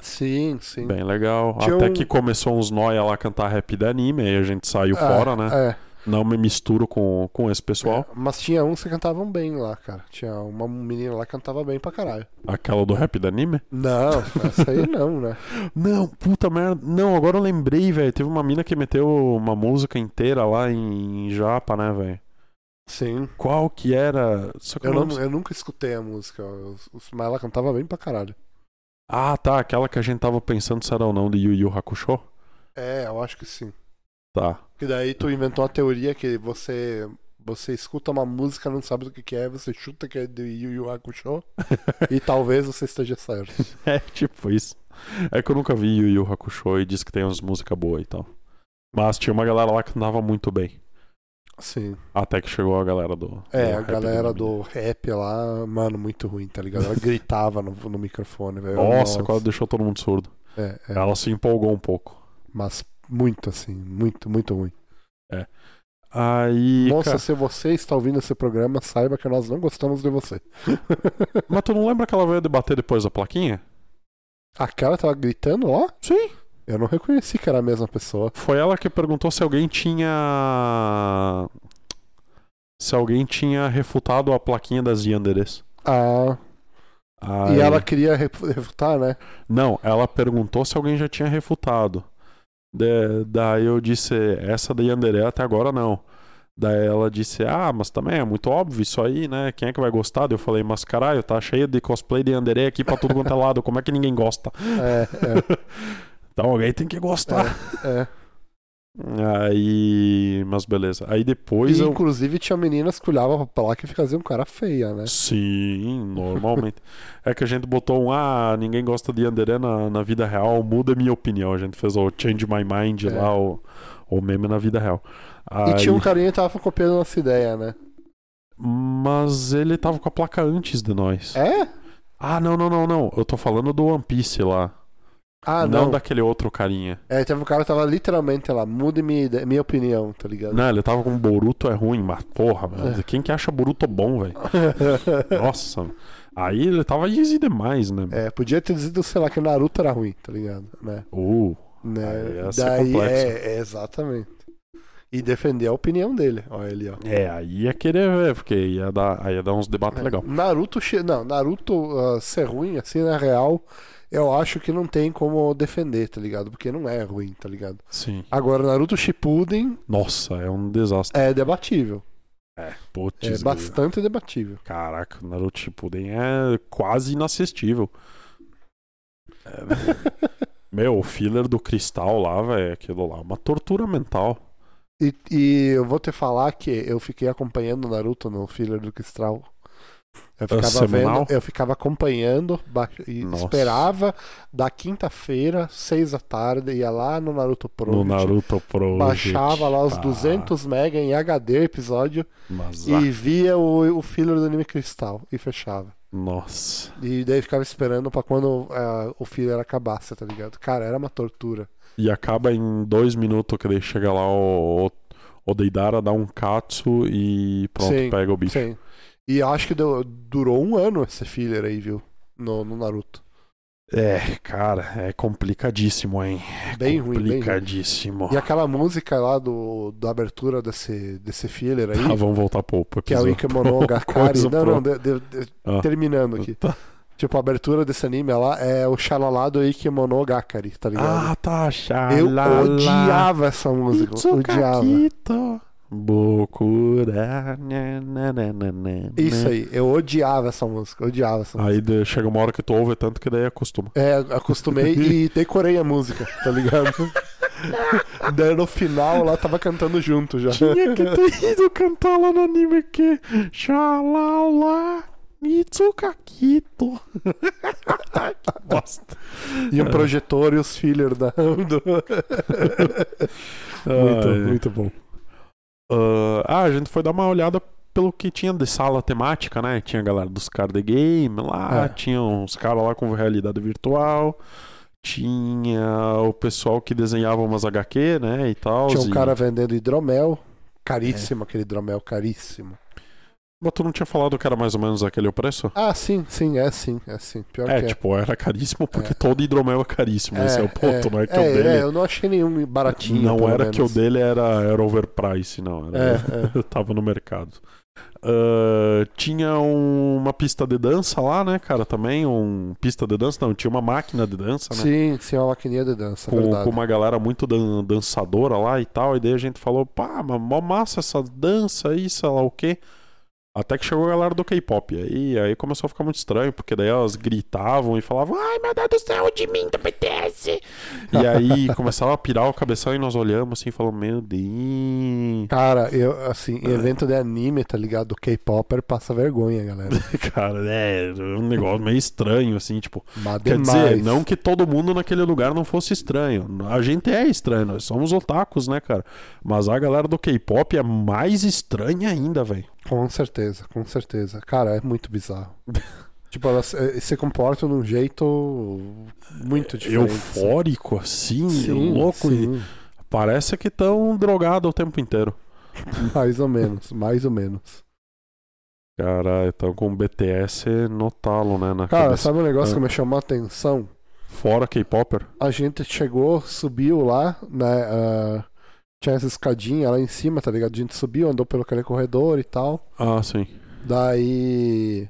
S4: Sim, sim.
S3: Bem legal.
S4: Tinha
S3: Até
S4: um-
S3: que começou uns nóia lá cantar rap de anime, aí a gente saiu
S4: É,
S3: fora, né?
S4: É.
S3: Não me misturo com, com esse pessoal.
S4: É, Mas tinha uns que cantavam bem lá, cara. Tinha uma menina lá que cantava bem pra caralho.
S3: Aquela do rap de anime.
S4: Não, essa aí não, né?
S3: Não, puta merda. Não, agora eu lembrei, velho. Teve uma mina que meteu uma música inteira lá em, em Japa, né, velho?
S4: Sim.
S3: Qual que era? Só que
S4: Eu,
S3: eu não
S4: não,
S3: sei.
S4: eu nunca escutei a música, os- os- mas ela cantava bem pra caralho.
S3: Ah, tá. Aquela que a gente tava pensando se era ou não de Yu Yu Hakusho.
S4: É, eu acho que sim.
S3: Tá.
S4: E daí tu inventou uma teoria que você você escuta uma música, não sabe do que, que é, você chuta que é do Yu Yu Hakusho e talvez você esteja certo.
S3: É tipo isso. É que eu nunca vi Yu Yu Hakusho e diz que tem umas músicas boas e tal. Mas tinha uma galera lá que andava muito bem.
S4: Sim.
S3: Até que chegou a galera do. do
S4: É, a
S3: rap
S4: galera
S3: do anime.
S4: do rap lá, mano, muito ruim, tá ligado? Ela gritava no, no microfone, velho.
S3: Nossa, quase deixou todo mundo surdo.
S4: É, é.
S3: Ela se empolgou um pouco.
S4: Mas muito assim, muito, muito ruim.
S3: Aí.
S4: Moça,
S3: cara-
S4: se você está ouvindo esse programa, saiba que nós não gostamos de você.
S3: Mas tu não lembra que ela veio debater depois da plaquinha?
S4: A cara tava gritando lá?
S3: Sim.
S4: Eu não reconheci que era a mesma pessoa.
S3: Foi ela que perguntou se alguém tinha. Se alguém tinha refutado a plaquinha das Yanderes.
S4: Ah,
S3: Aí-
S4: e ela queria ref- refutar, né?
S3: Não, ela perguntou se alguém já tinha refutado. Da- daí eu disse, essa da Yandere até agora não. Daí ela disse, ah, mas também é muito óbvio isso aí, né? Quem é que vai gostar? Daí eu falei, mas caralho, tá cheio de cosplay de Yandere aqui pra tudo quanto é lado, como é que ninguém gosta?
S4: É, é,
S3: Então alguém tem que gostar.
S4: é.
S3: Aí. Mas beleza. Aí depois
S4: E,
S3: eu.
S4: inclusive tinha meninas que olhavam pra lá que fazia um cara feia, né?
S3: Sim, normalmente. é que a gente botou um ah, ninguém gosta de Yandere na, na vida real, muda minha opinião. A gente fez o Change My Mind
S4: É.
S3: lá, o, o meme na vida real.
S4: E tinha um
S3: Aí-
S4: carinha que tava copiando nossa ideia, né?
S3: Mas ele tava com a placa antes de nós.
S4: É?
S3: Ah, não, não, não, não. Eu tô falando do One Piece lá.
S4: Ah,
S3: não,
S4: não.
S3: daquele outro carinha.
S4: É, teve um cara que tava literalmente lá, mude minha, ide- minha opinião, tá ligado?
S3: Não, ele tava com Boruto é ruim, mas porra, mano, quem que acha Boruto bom, velho? Nossa. Aí ele tava easy demais, né?
S4: É, podia ter dito, sei lá, que Naruto era ruim, tá ligado? Né?
S3: Uh, Aí
S4: né?
S3: ia ser
S4: Daí
S3: complexo.
S4: é, é, exatamente. E defender a opinião dele. Olha ele, ó.
S3: é, aí ia querer ver, porque ia dar, aí ia dar uns
S4: É.
S3: debates legais.
S4: Naruto, che- não, Naruto ah, ser ruim assim na real, eu acho que não tem como defender, tá ligado? Porque não é ruim, tá ligado?
S3: Sim.
S4: Agora Naruto Shippuden
S3: Nossa, é um desastre.
S4: é debatível.
S3: É,
S4: É
S3: putz. grila.
S4: bastante debatível.
S3: Caraca, o Naruto Shippuden é quase inassistível. É, meu, o filler do cristal lá, velho, aquilo lá, é uma tortura mental.
S4: E, e eu vou te falar que eu fiquei acompanhando o Naruto no filler do Cristal. Eu ficava
S3: semanal?
S4: vendo, eu ficava acompanhando ba- e
S3: Nossa.
S4: esperava da quinta-feira, seis da tarde, ia lá no Naruto Pro.
S3: no Naruto Pro.
S4: Baixava lá os
S3: tá.
S4: 200 mega em HD episódio
S3: Mas, ah,
S4: e via o, o filler do anime Cristal e fechava.
S3: Nossa.
S4: E daí ficava esperando pra quando ah, o filler acabasse, tá ligado? Cara, era uma tortura.
S3: E acaba em dois minutos que daí chega lá o, o, o Deidara, dá um katsu e pronto,
S4: Sim,
S3: pega o bicho.
S4: Sim. E eu acho que deu- durou um ano esse filler aí, viu? No, no Naruto.
S3: É, cara, é complicadíssimo, hein?
S4: Bem ruim, bem ruim.
S3: complicadíssimo.
S4: E aquela música lá do, da abertura desse, desse filler aí,
S3: Tá, vamos voltar pro, pro
S4: que é o
S3: episódio.
S4: Ikemono Gakari.
S3: Coisa
S4: Não, não,
S3: pro-
S4: de- de- de-
S3: Ah.
S4: terminando aqui.
S3: Tá.
S4: Tipo, a abertura desse anime lá é o Xalalá do Ikemono Gakari, tá ligado?
S3: Ah, tá,
S4: eu
S3: xalala.
S4: odiava essa música, odiava.
S3: Itsukakito. Bokura. né, né, né, né, né.
S4: Isso aí, eu odiava essa música, odiava essa música.
S3: Aí de- chega uma hora que tu ouve é tanto que daí acostuma.
S4: É, acostumei e decorei a música, tá ligado? Daí no final lá tava cantando junto já.
S3: Tinha que ter ido cantar lá no anime que Xalala Mitsukakito. que bosta.
S4: E um projetor e os fillers da. do- muito,
S3: Ai.
S4: muito bom.
S3: Ah, ah, a gente foi dar uma olhada pelo que tinha de sala temática, né? Tinha a galera dos card game lá,
S4: É.
S3: tinha uns caras lá com realidade virtual, tinha o pessoal que desenhava umas HQ, né? E tal.
S4: Tinha um
S3: e-
S4: cara vendendo hidromel.
S3: É.
S4: Caríssimo aquele hidromel, caríssimo.
S3: Mas tu não tinha falado que era mais ou menos aquele o preço?
S4: Ah, sim, sim, é sim, é sim. Pior
S3: É,
S4: que é.
S3: tipo, era caríssimo porque
S4: É.
S3: todo hidromel é caríssimo. Esse é o ponto, não é que
S4: é,
S3: o dele.
S4: é, eu não achei nenhum baratinho.
S3: não
S4: pelo
S3: era
S4: menos.
S3: que né? o dele era, era overprice, não. Era,
S4: É,
S3: Eu tava no mercado. Ah, tinha um- uma pista de dança lá, né, cara? Também um pista de dança, não, tinha uma máquina de dança, né?
S4: Sim, sim, uma maquininha de dança, é
S3: Com,
S4: verdade.
S3: com uma galera muito dan- dançadora lá e tal. E daí a gente falou, pá, mas mó massa essa dança aí, sei lá o quê. Até que chegou a galera do K-pop. Aí, aí começou a ficar muito estranho, porque daí elas gritavam e falavam, ai meu Deus do céu, o de mim do BTS. e aí começava a pirar o cabeção e nós olhamos assim e falamos, meu Deus.
S4: Cara, eu, assim,
S3: É.
S4: em evento de anime, tá ligado? O K-Popper passa vergonha, galera.
S3: Cara, é um negócio meio estranho, assim, tipo.
S4: Mas
S3: Quer
S4: demais.
S3: dizer, não que todo mundo naquele lugar não fosse estranho. A gente é estranho, nós somos otakus, né, cara? Mas a galera do K-pop é mais estranha ainda, velho.
S4: Com certeza, com certeza. Cara, é muito bizarro. tipo, elas eh, se comportam de um jeito muito diferente.
S3: É, Eufórico, assim,
S4: Sim,
S3: louco. e
S4: sim,
S3: Parece que estão drogados o tempo inteiro.
S4: mais ou menos, mais ou menos.
S3: Cara, então com BTS no talo, né? Na
S4: Cara,
S3: cabeça.
S4: sabe um negócio
S3: Ah.
S4: que me chamou a atenção?
S3: Fora K-Popper.
S4: A gente chegou, subiu lá, né? ah, tinha essa escadinha lá em cima, tá ligado? A gente subiu, andou pelo aquele corredor e tal.
S3: Ah, sim.
S4: Daí.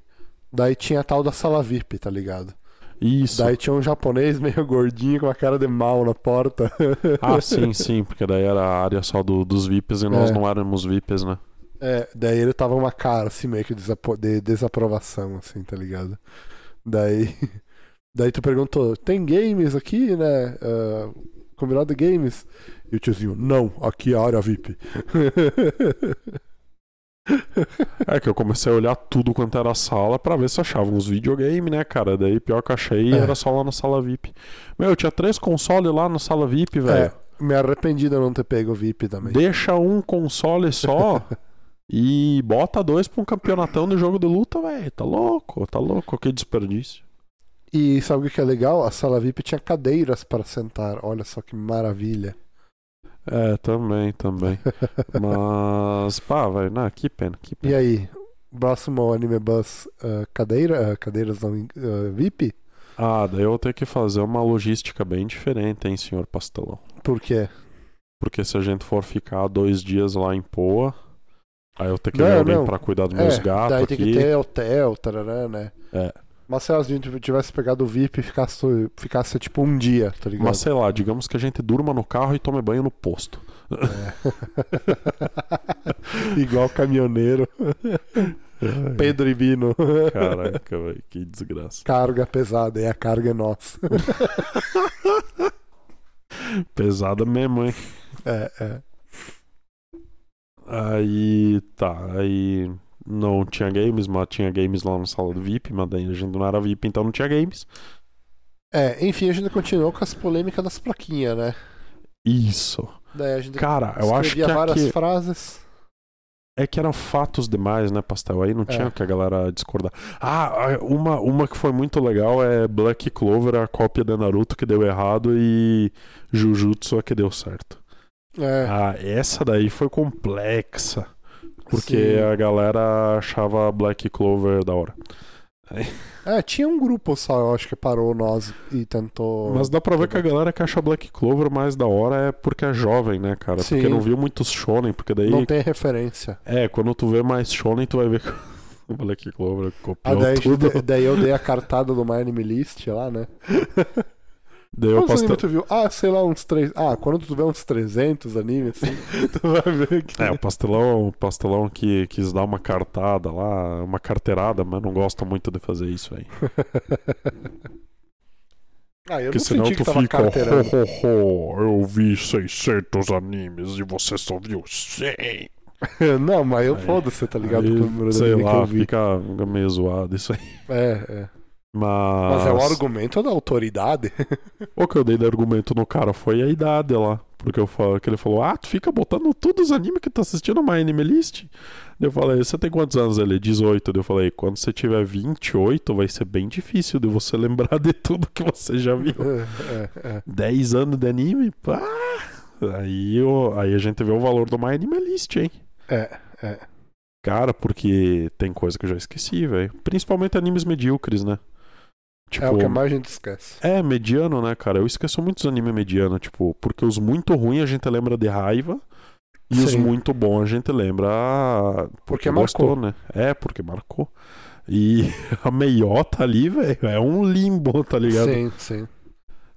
S4: Daí tinha a tal da sala VIP, tá ligado?
S3: Isso.
S4: Daí tinha um japonês meio gordinho com uma cara de mal na porta.
S3: Ah, sim, sim, porque daí era a área só do- dos VIPs e nós
S4: É.
S3: não éramos VIPs, né?
S4: É, daí ele tava com uma cara assim, meio que desapo- de desaprovação, assim, tá ligado? Daí. Daí tu perguntou, tem games aqui, né? Ah, combinado games? E o tiozinho, não, aqui é a área VIP.
S3: É que eu comecei a olhar tudo quanto era a sala pra ver se achava uns videogame, né, cara? Daí pior que eu achei
S4: É.
S3: era só lá na sala VIP. Meu, tinha três consoles lá na sala VIP, velho.
S4: É, me arrependi de eu não ter pego o VIP também.
S3: Deixa um console só e bota dois pra um campeonatão do jogo de luta, velho. Tá louco, tá louco, que desperdício.
S4: E sabe o que é legal? A sala VIP tinha cadeiras para sentar. Olha só que maravilha.
S3: É, também, também. Mas, pá, velho, não, que pena, que
S4: E
S3: pena.
S4: é aí, próximo Anime Bus, ah, cadeira, ah, cadeiras não, ah, VIP?
S3: Ah, daí eu vou ter que fazer uma logística bem diferente, hein, senhor pastelão.
S4: Por quê?
S3: Porque se a gente for ficar dois dias lá em Poa, aí eu tenho que
S4: Não,
S3: ver alguém
S4: não.
S3: pra cuidar dos meus
S4: É,
S3: gatos
S4: daí
S3: aqui.
S4: tem que ter hotel, tarará, né?
S3: É.
S4: Mas se a gente tivesse pegado o VIP e ficasse, ficasse tipo um dia, tá ligado?
S3: Mas sei lá, digamos que a gente durma no carro e tome banho no posto.
S4: É. Igual caminhoneiro. Pedro e Bino.
S3: Caraca, velho, que desgraça.
S4: Carga pesada, e a carga é nossa.
S3: Pesada mesmo, hein?
S4: É, é.
S3: Aí tá, aí não tinha games, mas tinha games lá na sala do VIP, mas daí a gente não era VIP, então não tinha games.
S4: É, enfim, a gente continuou com as polêmicas das plaquinhas, né?
S3: Isso.
S4: Daí a gente
S3: Cara, eu acho que,
S4: escrevia várias
S3: aqui,
S4: frases.
S3: é que eram fatos demais, né, Pastel? Aí não tinha
S4: É.
S3: o que a galera discordar. Ah, ah, uma, uma que foi muito legal é Black Clover, a cópia da Naruto que deu errado e Jujutsu a que deu certo.
S4: É,
S3: Ah, essa daí foi complexa. Porque
S4: Sim.
S3: a galera achava Black Clover da hora.
S4: É, tinha um grupo só, eu acho que parou nós e tentou.
S3: Mas dá pra ver que a galera que acha Black Clover mais da hora é porque é jovem, né, cara?
S4: Sim.
S3: Porque não viu muitos shonen, porque daí...
S4: não tem referência.
S3: É, quando tu vê mais shonen, tu vai ver que o Black Clover
S4: Ah,
S3: copiou
S4: daí,
S3: tudo.
S4: daí eu dei a cartada do My Anime List lá, né?
S3: Daí eu
S4: Quantos
S3: posso...
S4: animes tu viu? Ah, sei lá, uns três. Ah, quando tu vê uns 300 animes, assim, tu vai ver que.
S3: É, o pastelão, o pastelão que quis dar uma cartada lá, uma carteirada, mas não gosta muito de fazer isso aí.
S4: Ah, eu
S3: Porque
S4: não
S3: senão
S4: senti
S3: tu
S4: que tava
S3: fica, ho,
S4: carteirando.
S3: ho, ho, eu vi 600 animes e você só viu 100.
S4: não, mas eu
S3: Aí-
S4: foda-se, tá ligado?
S3: Aí,
S4: Com o número
S3: sei
S4: de anime
S3: lá,
S4: que eu vi.
S3: fica fica meio zoado isso aí.
S4: É, é.
S3: Mas,
S4: Mas é o argumento da autoridade.
S3: o que eu dei de argumento no cara foi a idade lá. Porque eu falo, que ele falou, ah, tu fica botando todos os animes que tu tá assistindo na anime list. Daí Eu falei, você tem quantos anos? Ele, 18. Daí Eu falei, quando você tiver 28, vai ser bem difícil de você lembrar de tudo que você já viu.
S4: É, é, é.
S3: 10 anos de anime? Pá! Aí, eu- aí a gente vê o valor do My Anime List, hein?
S4: É, é.
S3: Cara, porque tem coisa que eu já esqueci, velho. Principalmente animes medíocres, né? Tipo,
S4: É o que mais a gente esquece.
S3: é, mediano, né, cara? Eu esqueço muitos animes mediano, tipo, porque os muito ruins a gente lembra de raiva e os
S4: Sim.
S3: muito bons a gente lembra
S4: Porque
S3: gostou,
S4: marcou.
S3: né? É, porque marcou. E a meiota ali, velho, é um limbo, tá ligado?
S4: Sim, sim.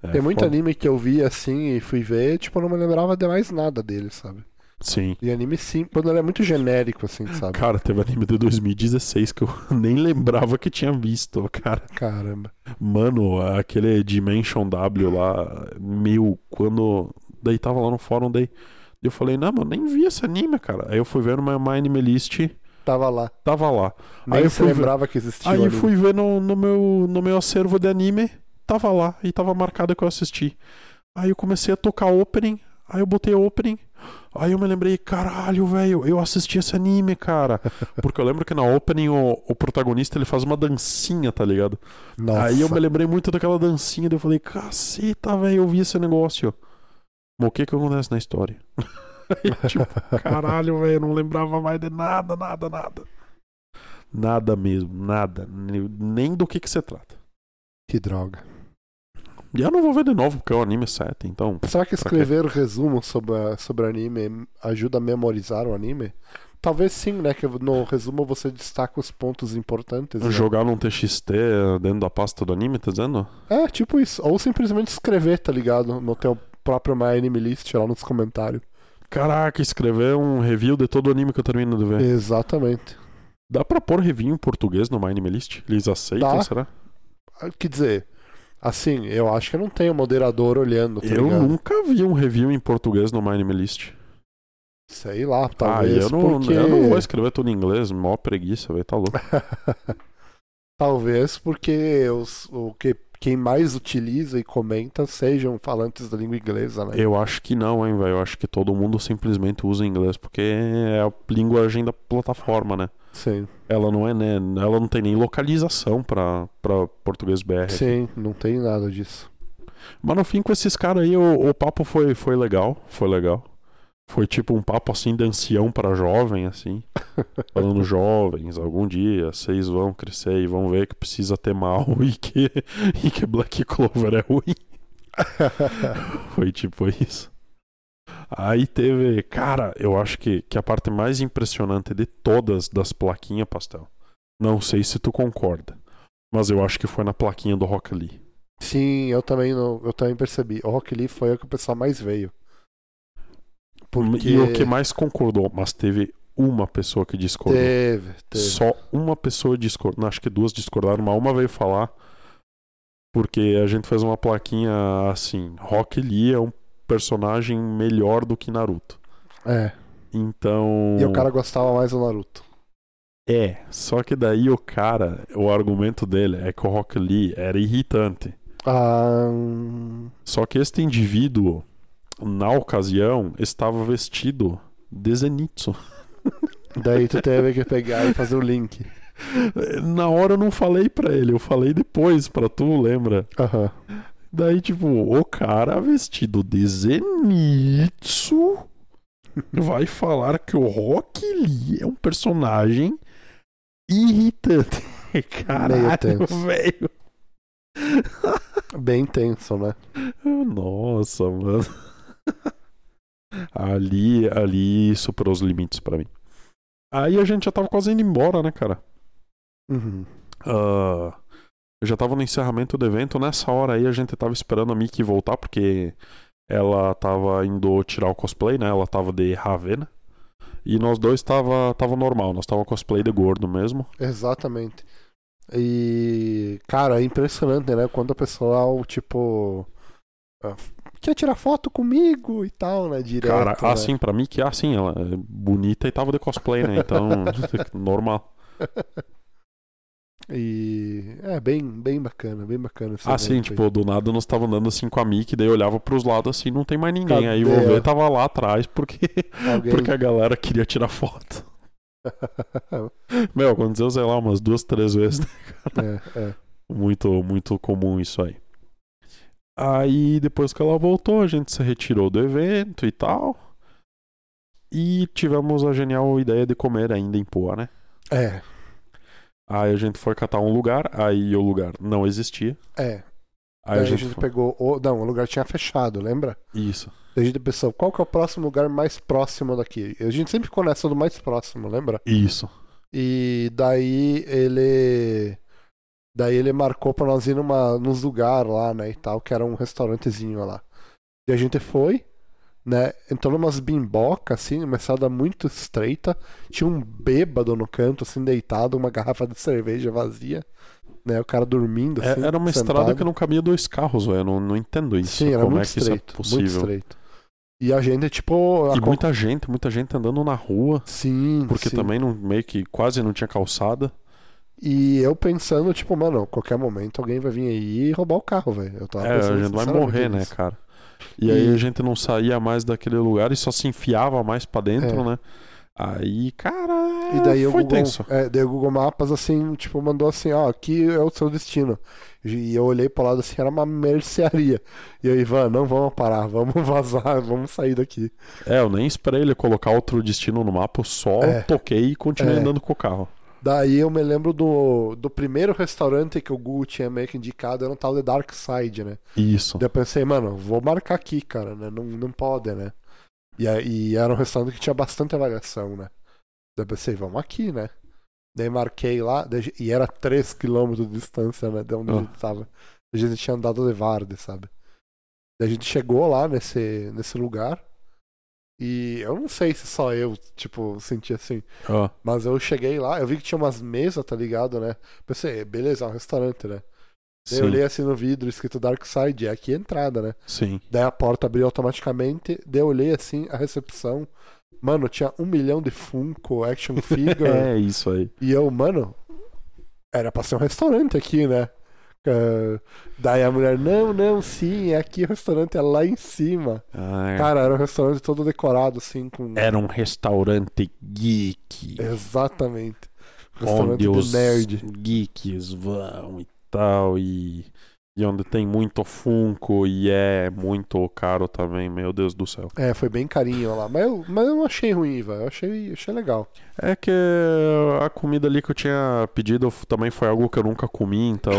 S3: É
S4: Tem muito
S3: foda.
S4: anime que eu vi assim e fui ver, tipo, eu não me lembrava de mais nada dele, sabe?
S3: Sim.
S4: E anime sim, quando ele é muito genérico, assim, sabe?
S3: Cara, teve anime de 2016 que eu nem lembrava que tinha visto, cara.
S4: Caramba.
S3: Mano, aquele Dimension W lá, meu, quando. Daí tava lá no fórum, daí. Eu falei, não, mano, nem vi esse anime, cara. Aí eu fui ver no meu My Anime List,
S4: Tava lá.
S3: tava lá.
S4: Nem
S3: aí eu
S4: se
S3: fui ver-
S4: lembrava que existia. o
S3: Aí
S4: anime.
S3: fui ver no, no meu, no meu acervo de anime, tava lá, e tava marcado que eu assisti. Aí eu comecei a tocar opening, aí eu botei opening, aí eu me lembrei, caralho, velho, eu assisti esse anime, cara. Porque eu lembro que na opening o, o protagonista ele faz uma dancinha, tá ligado?
S4: Nossa.
S3: Aí eu me lembrei muito daquela dancinha, daí eu falei, caceta, velho, eu vi esse negócio. Mas o que que acontece na história? Aí, tipo, caralho, velho, eu não lembrava mais de nada, nada, nada. Nada mesmo, nada. ne- Nem do que que se trata.
S4: Que droga.
S3: E eu não vou ver de novo, porque é um anime 7, então...
S4: Será que
S3: quê?
S4: escrever resumo sobre, a- sobre anime ajuda a memorizar o anime? Talvez sim, né? Que no resumo você destaca os pontos importantes. né?
S3: Jogar num TXT dentro da pasta do anime, tá dizendo?
S4: É, tipo isso. Ou simplesmente escrever, tá ligado? No teu próprio My Anime List lá nos comentários.
S3: Caraca, escrever um review de todo o anime que eu termino de
S4: É.
S3: ver.
S4: Exatamente.
S3: Dá pra pôr review em português no My Anime List? Eles aceitam,
S4: Dá.
S3: será?
S4: Ah, Quer dizer, assim, eu acho que não tem o moderador olhando, tá
S3: eu
S4: ligado?
S3: nunca vi um review em português no My Anime List.
S4: Sei lá,
S3: Ah,
S4: talvez
S3: eu não,
S4: porque...
S3: eu não vou escrever tudo em inglês, mó preguiça, velho, tá louco.
S4: talvez porque os, o que, quem mais utiliza e comenta sejam falantes da língua inglesa, né?
S3: Eu acho que não, hein, velho. Eu acho que todo mundo simplesmente usa inglês, porque é a linguagem da plataforma, né?
S4: Sim,
S3: Ela não é, né? Ela não tem nem localização pra, pra português BR.
S4: sim, não tem nada disso.
S3: Mas no fim, com esses caras aí, o, o papo foi, foi legal. Foi legal. Foi tipo um papo assim de ancião pra jovem, assim. Falando jovens, algum dia vocês vão crescer e vão ver que precisa ter mal e que, e que Black Clover é ruim. Foi tipo isso. Aí teve. Cara, eu acho que, que a parte mais impressionante de todas das plaquinhas, Pastel. Não sei se tu concorda, mas eu acho que foi na plaquinha do Rock Lee.
S4: Sim, eu também não, eu também percebi. O Rock Lee foi o que o pessoal mais veio. Porque
S3: E o que mais concordou, mas teve uma pessoa que discordou.
S4: teve, teve.
S3: Só uma pessoa discordou. Acho que duas discordaram, mas uma veio falar. Porque a gente fez uma plaquinha assim: Rock Lee é um personagem melhor do que Naruto.
S4: É.
S3: Então.
S4: E o cara gostava mais do Naruto.
S3: É. Só que daí o cara, o argumento dele é que o Rock Lee era irritante.
S4: Ah, hum,
S3: Só que este indivíduo, na ocasião, estava vestido de Zenitsu.
S4: daí tu teve que pegar e fazer o link.
S3: Na hora eu não falei pra ele, eu falei depois pra tu, lembra?
S4: Aham.
S3: Daí, tipo, o cara vestido de Zenitsu vai falar que o Rock Lee é um personagem irritante.
S4: Meio
S3: Caralho,
S4: tenso.
S3: velho.
S4: Bem tenso, né?
S3: Nossa, mano. Ali, ali superou os limites pra mim. Aí a gente já tava quase indo embora, né, cara?
S4: Uhum.
S3: Ah, eu já tava no encerramento do evento. Nessa hora aí a gente tava esperando a Mickey voltar, porque ela tava indo tirar o cosplay, né? Ela tava de Ravena. E nós dois tava, tava normal, nós tava cosplay de gordo mesmo.
S4: Exatamente. E, cara, é impressionante, né? Quando o pessoal, tipo. ah, Quer tirar foto comigo e tal, né? Direto.
S3: Cara,
S4: né?
S3: assim, pra mim que assim, ela é bonita e tava de cosplay, né? Então, normal.
S4: E. É, bem, bem bacana, bem bacana. esse
S3: Assim,
S4: evento
S3: tipo, do nada nós tava andando assim com a Mickey, daí eu olhava pros lados assim, não tem mais ninguém.
S4: Cadê?
S3: Aí vou ver, tava lá atrás, porque,
S4: aí. Alguém-
S3: porque a galera queria tirar foto. Meu, aconteceu, sei lá, umas duas, três vezes.
S4: é, é.
S3: Muito, muito comum isso aí. Aí depois que ela voltou, a gente se retirou do evento e tal. E tivemos a genial ideia de comer ainda em Poa, né?
S4: É,
S3: Aí a gente foi catar um lugar, aí o lugar não existia.
S4: é.
S3: Aí
S4: Daí
S3: a gente, foi-
S4: pegou. O... Não, o lugar tinha fechado, lembra?
S3: Isso.
S4: Daí a gente pensou, qual que é o próximo lugar mais próximo daqui? A gente sempre ficou nessa do mais próximo, lembra?
S3: Isso.
S4: E daí ele. Daí ele marcou pra nós ir numa, nos lugar lá, né, e tal, que era um restaurantezinho lá. E a gente foi, né, entrou numas bimbocas, assim, uma estrada muito estreita. Tinha um bêbado no canto, assim, deitado, uma garrafa de cerveja vazia, né, o cara dormindo,
S3: É-
S4: assim,
S3: era uma estrada
S4: sentado.
S3: que não cabia dois carros, velho. Eu não, não entendo isso.
S4: Sim, era
S3: Como
S4: muito
S3: é que
S4: estreito,
S3: isso é
S4: muito
S3: possível?
S4: estreito. E a gente, tipo, a
S3: E
S4: con-
S3: muita gente, muita gente andando na rua,
S4: sim,
S3: porque
S4: sim.
S3: também não, meio que quase não tinha calçada.
S4: E eu pensando, tipo, mano, qualquer momento alguém vai vir aí e roubar o carro, velho. Eu tava
S3: É, a
S4: pensando
S3: gente vai
S4: sinceramente
S3: morrer, né,
S4: nisso.
S3: cara? E, aí
S4: E-
S3: a gente não saía mais daquele lugar e só se enfiava mais pra dentro,
S4: É.
S3: né? Aí, cara,
S4: E daí o
S3: foi
S4: Google,
S3: tenso.
S4: é, daí o Google Mapas, assim, tipo, mandou assim, ó, aqui é o seu destino. E eu olhei pro lado assim, era uma mercearia. E eu, Ivan, não vamos parar, vamos vazar, vamos sair daqui.
S3: É, eu nem esperei ele colocar outro destino no mapa, eu só
S4: É.
S3: toquei e continuei
S4: É.
S3: andando com o carro.
S4: Daí eu me lembro do, do primeiro restaurante que o Google tinha meio que indicado, era um tal de Dark Side, né?
S3: Isso.
S4: Daí eu pensei, mano, vou marcar aqui, cara, né? Não, não pode, né? E, a- e era um restaurante que tinha bastante avaliação, né? Daí eu pensei, vamos aqui, né? Daí marquei lá, daí a gen- e era 3km de distância, né? De onde
S3: Ah.
S4: a gente tava. A gente tinha andado de Varde, sabe? Daí a gente chegou lá nesse, nesse lugar. E eu não sei se só eu, tipo, senti assim.
S3: Ó,
S4: Mas eu cheguei lá, eu vi que tinha umas mesas, tá ligado, né? Pensei, beleza, é um restaurante, né? Daí
S3: sim,
S4: eu olhei assim no vidro, escrito Dark Side, é aqui a entrada, né?
S3: sim.
S4: Daí a porta abriu automaticamente, daí eu olhei assim a recepção. Mano, tinha um milhão de Funko, action figure.
S3: É isso aí.
S4: e eu, mano, era pra ser um restaurante aqui, né? Ah, daí a mulher, não, não, sim, é aqui o restaurante, é lá em cima.
S3: Ah,
S4: Cara, era um restaurante todo decorado, assim, com.
S3: Era um restaurante geek.
S4: Exatamente.
S3: onde
S4: Restaurante
S3: os
S4: de nerd.
S3: geeks vão e tal, e, e onde tem muito Funko e é muito caro também, meu Deus do céu.
S4: É, foi bem carinho lá. Mas eu, mas eu não achei ruim, velho. Eu achei, achei legal.
S3: É que a comida ali que eu tinha pedido f- também foi algo que eu nunca comi, então.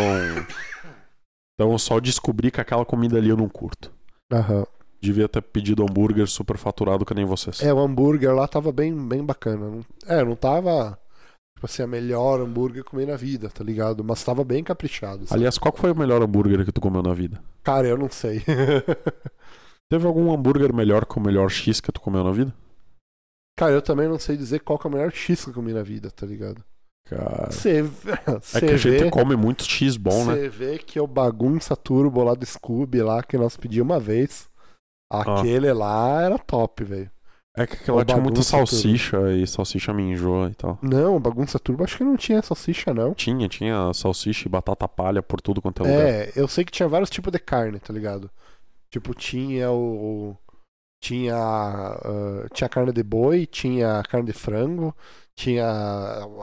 S3: então eu só descobri que aquela comida ali eu não curto.
S4: Aham.
S3: Devia ter pedido hambúrguer super faturado que nem vocês.
S4: É, o hambúrguer lá tava bem, bem bacana. Não- É, não tava, tipo assim, a melhor hambúrguer que eu comi na vida, tá ligado? Mas tava bem caprichado. sabe?
S3: Aliás, qual que foi o melhor hambúrguer que tu comeu na vida?
S4: Cara, eu não sei.
S3: Teve algum hambúrguer melhor que o melhor X que tu comeu na vida?
S4: Cara, eu também não sei dizer qual que é o melhor X que eu comi na vida, tá ligado?
S3: Cara.
S4: Você
S3: É que a gente come muito X bom, né?
S4: Você vê que eu bagunça turbo lá do Scooby lá que nós pedimos uma vez. Aquele lá era top, velho.
S3: É que aquela
S4: Ou
S3: tinha muita
S4: bagunça toda.
S3: salsicha e salsicha me enjoa e tal.
S4: Não, bagunça turbo acho que não tinha salsicha, não.
S3: Tinha, tinha salsicha e batata palha por tudo quanto é lugar.
S4: É, eu sei que tinha vários tipos de carne, tá ligado? Tipo, tinha o. o- Tinha. ah, tinha carne de boi, tinha carne de frango, tinha.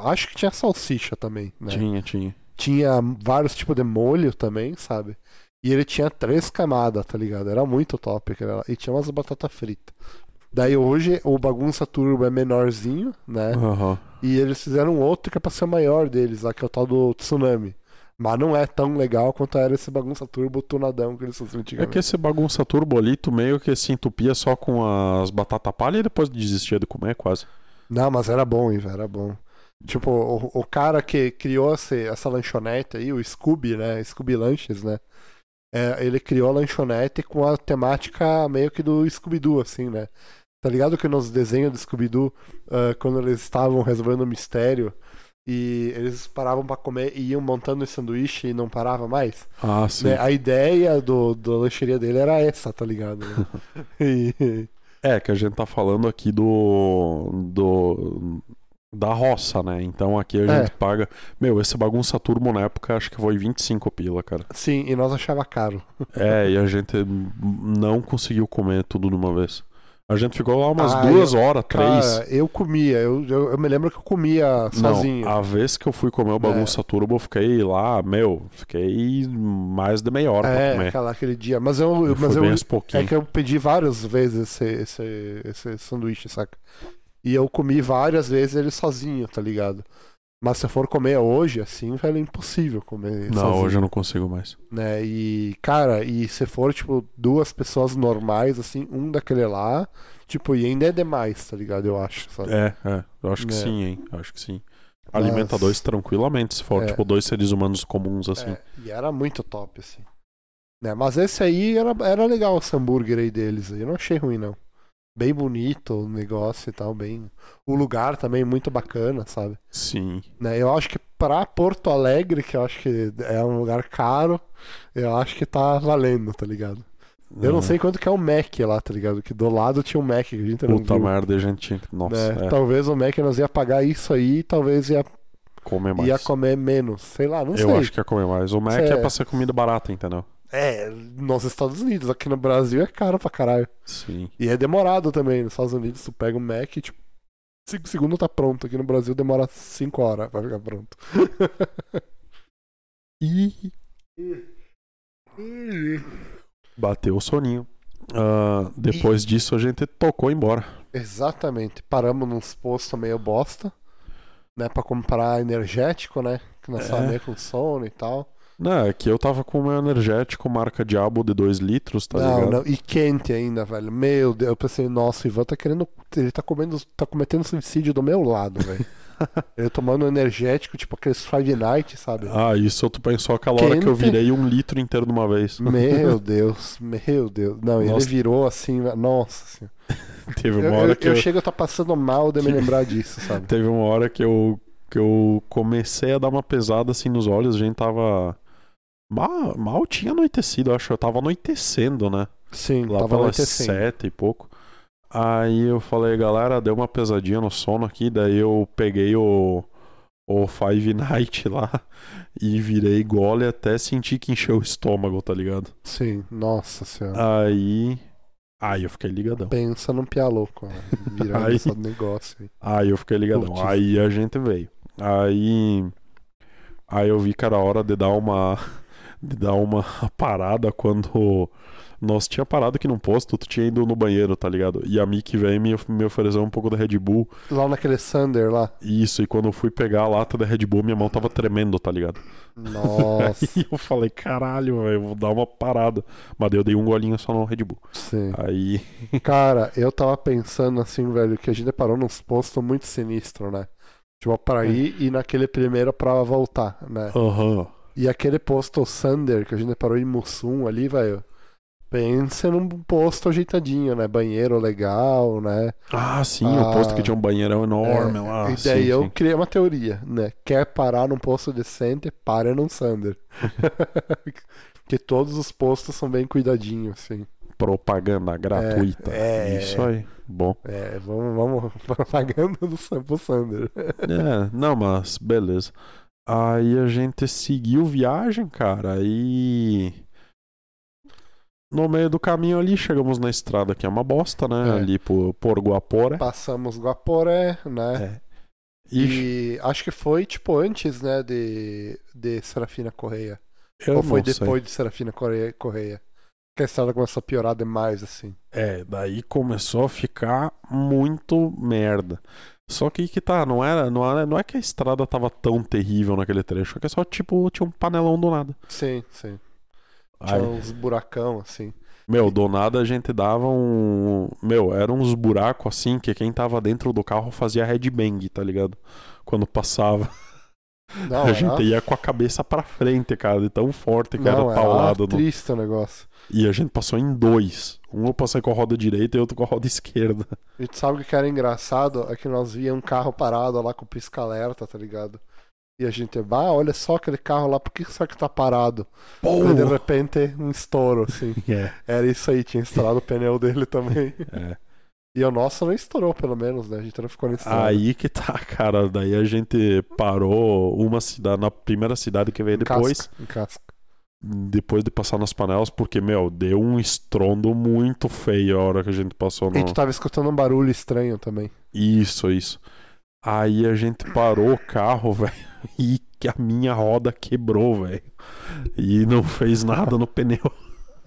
S4: Acho que tinha salsicha também, né?
S3: Tinha, tinha.
S4: Tinha vários tipos de molho também, sabe? E ele tinha três camadas, tá ligado? Era muito top aquele lá. E tinha umas batata frita. Daí hoje o bagunça turbo é menorzinho, né?
S3: Aham.
S4: E eles fizeram outro que é pra ser o maior deles, lá, que é o tal do Tsunami. Mas não é tão legal quanto era esse bagunça turbo tunadão que eles faziam
S3: É que
S4: antigamente.
S3: esse bagunça turbo ali, tu meio que se entupia só com as batata palha e depois desistia de comer quase.
S4: Não, mas era bom, Ivan, era bom. Tipo, o, o cara que criou esse- essa lanchonete aí, o Scooby, né? Scooby Lanches, né? É, ele criou a lanchonete com a temática meio que do Scooby-Doo, assim, né? Tá ligado que nos desenhos do Scooby-Doo, ah, quando eles estavam resolvendo um mistério e eles paravam pra comer e iam montando esse sanduíche e não parava mais?
S3: Ah, sim.
S4: né, a ideia do, da lancheria dele era essa, tá ligado? né? E-
S3: É, que a gente tá falando aqui do. do. da roça, né? Então aqui a
S4: É.
S3: gente paga. Meu, esse bagunça turbo na época acho que foi 25 pila, cara.
S4: sim, e nós achava caro.
S3: É, e a gente não conseguiu comer tudo de uma vez. A gente ficou lá umas
S4: Ah,
S3: duas horas, três.
S4: Cara, eu comia, eu, eu, eu me lembro que eu comia sozinho. É.
S3: Não, a vez que eu fui comer o bagunça turbo, eu fiquei lá, meu, fiquei mais de meia hora pra
S4: é,
S3: comer.
S4: aquela, aquele dia. Mas eu,
S3: Eu
S4: mas
S3: fui
S4: eu
S3: bem assim. aos
S4: é
S3: pouquinhos.
S4: que eu pedi várias vezes esse, esse, esse sanduíche, saca? E eu comi várias vezes ele sozinho, tá ligado? Mas se eu for comer hoje, assim, velho, é impossível comer
S3: Não,
S4: sozinho.
S3: hoje eu não consigo mais.
S4: né? E, cara, e se for, tipo, duas pessoas normais, assim, um daquele lá, tipo, e ainda é demais, tá ligado? Eu acho, sabe?
S3: É, é. Eu acho que
S4: É.
S3: sim, hein? Eu acho que sim.
S4: Mas-
S3: Alimenta dois tranquilamente, se for,
S4: É.
S3: tipo, dois seres humanos comuns, assim.
S4: É, e era muito top, assim. Né? Mas esse aí era, era legal esse hambúrguer aí deles. Eu não achei ruim, não. Bem bonito o negócio e tal, bem. O lugar também muito bacana, sabe?
S3: Sim.
S4: Né? Eu acho que pra Porto Alegre, que eu acho que é um lugar caro, eu acho que tá valendo, tá ligado? Eu
S3: Uhum. Hum.
S4: não sei quanto que é o Mac lá, tá ligado? Que do lado tinha um Mac que a gente não
S3: Puta
S4: viu.
S3: merda, a gente tinha que. Nossa,
S4: né?
S3: é,
S4: Talvez o Mac nós ia pagar isso aí, talvez ia,
S3: comer mais.
S4: ia comer menos. Sei lá, não
S3: eu
S4: sei.
S3: acho que ia comer mais. O Mac é...
S4: É.
S3: pra ser comida barata, entendeu?
S4: É, nos Estados Unidos, aqui no Brasil é caro pra caralho.
S3: Sim.
S4: E é demorado também. Nos Estados Unidos tu pega o Mac e tipo, 5 segundos tá pronto. Aqui no Brasil demora 5 horas pra ficar pronto.
S3: E bateu o soninho. Ah, depois disso, a gente tocou embora.
S4: Exatamente. Paramos nos postos meio bosta, né? Pra comprar energético, né? Que nós
S3: É.
S4: sabemos com sono e tal.
S3: Não, é que eu tava com o meu energético marca Diabo de 2 litros, tá
S4: não,
S3: ligado?
S4: não, e quente ainda, velho. Meu Deus, eu pensei, nossa, o Ivan tá querendo. Ele tá comendo. tá cometendo suicídio do meu lado, velho. ele tomando energético, tipo aqueles Five Night, sabe?
S3: Ah, isso tu pensou aquela hora que eu
S4: Quente.
S3: virei um litro inteiro de uma vez.
S4: Meu Deus, meu Deus. Não,
S3: Nossa.
S4: ele virou assim, velho, nossa senhora.
S3: Teve
S4: Eu,
S3: uma hora
S4: eu-
S3: que
S4: eu
S3: eu,
S4: chego a tá passando mal de me lembrar disso, sabe?
S3: Teve uma hora que eu, que eu comecei a dar uma pesada assim nos olhos, a gente tava. Mal, mal tinha anoitecido, eu acho. Eu tava anoitecendo, né?
S4: Sim,
S3: Lá
S4: tava
S3: pelas
S4: anoitecendo.
S3: sete e pouco. Aí eu falei, galera, deu uma pesadinha no sono aqui, daí eu peguei o, o Five Night lá e virei gole até sentir que encheu o estômago, tá ligado?
S4: Sim, nossa
S3: Ah,
S4: senhora.
S3: Aí. Aí eu fiquei ligadão.
S4: Pensa num pia louco, ó, virando
S3: Aí-
S4: esse negócio aí.
S3: Aí eu fiquei ligadão.
S4: Putz.
S3: Aí a gente veio. Aí. Aí eu vi que era hora de dar uma. De dar uma parada quando. Nós tinha parado aqui num posto, tu tinha ido no banheiro, tá ligado? E a Mickey veio me, me ofereceu um pouco da Red Bull.
S4: Lá naquele Sander lá.
S3: Isso, e quando eu fui pegar a lata da Red Bull, minha mão tava tremendo, tá ligado?
S4: Nossa,
S3: Aí eu falei, caralho, velho, eu vou dar uma parada. Mas daí eu dei um golinho só no Red Bull.
S4: sim.
S3: Aí.
S4: Cara, eu tava pensando assim, velho, que a gente parou nos postos muito sinistro, né? Tipo, pra
S3: É.
S4: ir e naquele primeiro pra voltar, né?
S3: Aham.
S4: E aquele posto Sander que a gente parou em Mussum ali, velho. Pensa num posto ajeitadinho, né? Banheiro legal, né?
S3: Ah, sim,
S4: Ah.
S3: o posto que tinha um banheirão enorme
S4: É,
S3: lá.
S4: e daí
S3: Ah, sim,
S4: eu
S3: sim.
S4: criei uma teoria, né? Quer parar num posto decente, para num Sander. Porque todos os postos são bem cuidadinhos, assim.
S3: Propaganda gratuita.
S4: É, é.
S3: Isso aí. Bom.
S4: É, vamos, vamos, propaganda do Sam pro Sander.
S3: É, não, mas beleza. Aí a gente seguiu viagem, cara, e. No meio do caminho ali, chegamos na estrada que é uma bosta, né?
S4: É.
S3: Ali por, por Guaporé.
S4: Passamos Guaporé, né?
S3: É. E
S4: E acho que foi, tipo, antes, né, de, de Serafina Correia.
S3: eu
S4: Ou foi
S3: não sei.
S4: depois de Serafina Correia, Correia? Que a estrada começou a piorar demais, assim.
S3: É, daí começou a ficar muito merda. Só que aí que tá, não era, não era, não é que a estrada tava tão terrível naquele trecho, é que só tipo tinha um panelão do nada.
S4: Sim, sim. Tinha
S3: Aí,
S4: uns buracão, assim.
S3: meu, do nada a gente dava um, meu, eram uns buracos assim que quem tava dentro do carro fazia headbang, tá ligado? Quando passava, a
S4: Não, era-
S3: gente ia com a cabeça pra frente, cara, de tão forte que
S4: não,
S3: era
S4: era
S3: paulado. no-
S4: triste o negócio.
S3: E a gente passou em dois. Um eu passei com a roda direita e outro com a roda esquerda.
S4: E tu sabe o que era engraçado? É que nós via um carro parado lá com pisca-alerta, tá ligado? E a gente, bah, olha só aquele carro lá, por que será que tá parado?
S3: Uh.
S4: E de repente, um estouro, assim.
S3: É.
S4: Era isso aí, tinha estourado o pneu dele também.
S3: É.
S4: E o nosso não estourou, pelo menos, né? A gente não ficou nesse
S3: Aí que tá, cara. Daí a gente parou uma cidade, na primeira cidade que veio
S4: Um
S3: depois,
S4: Casca, em casca.
S3: depois de passar nas panelas, porque, meu, deu um estrondo muito feio a hora que a gente passou no.
S4: E tu tava escutando um barulho estranho também.
S3: Isso, isso. Aí a gente parou o carro, velho, e que a minha roda quebrou, velho. E não fez nada no pneu.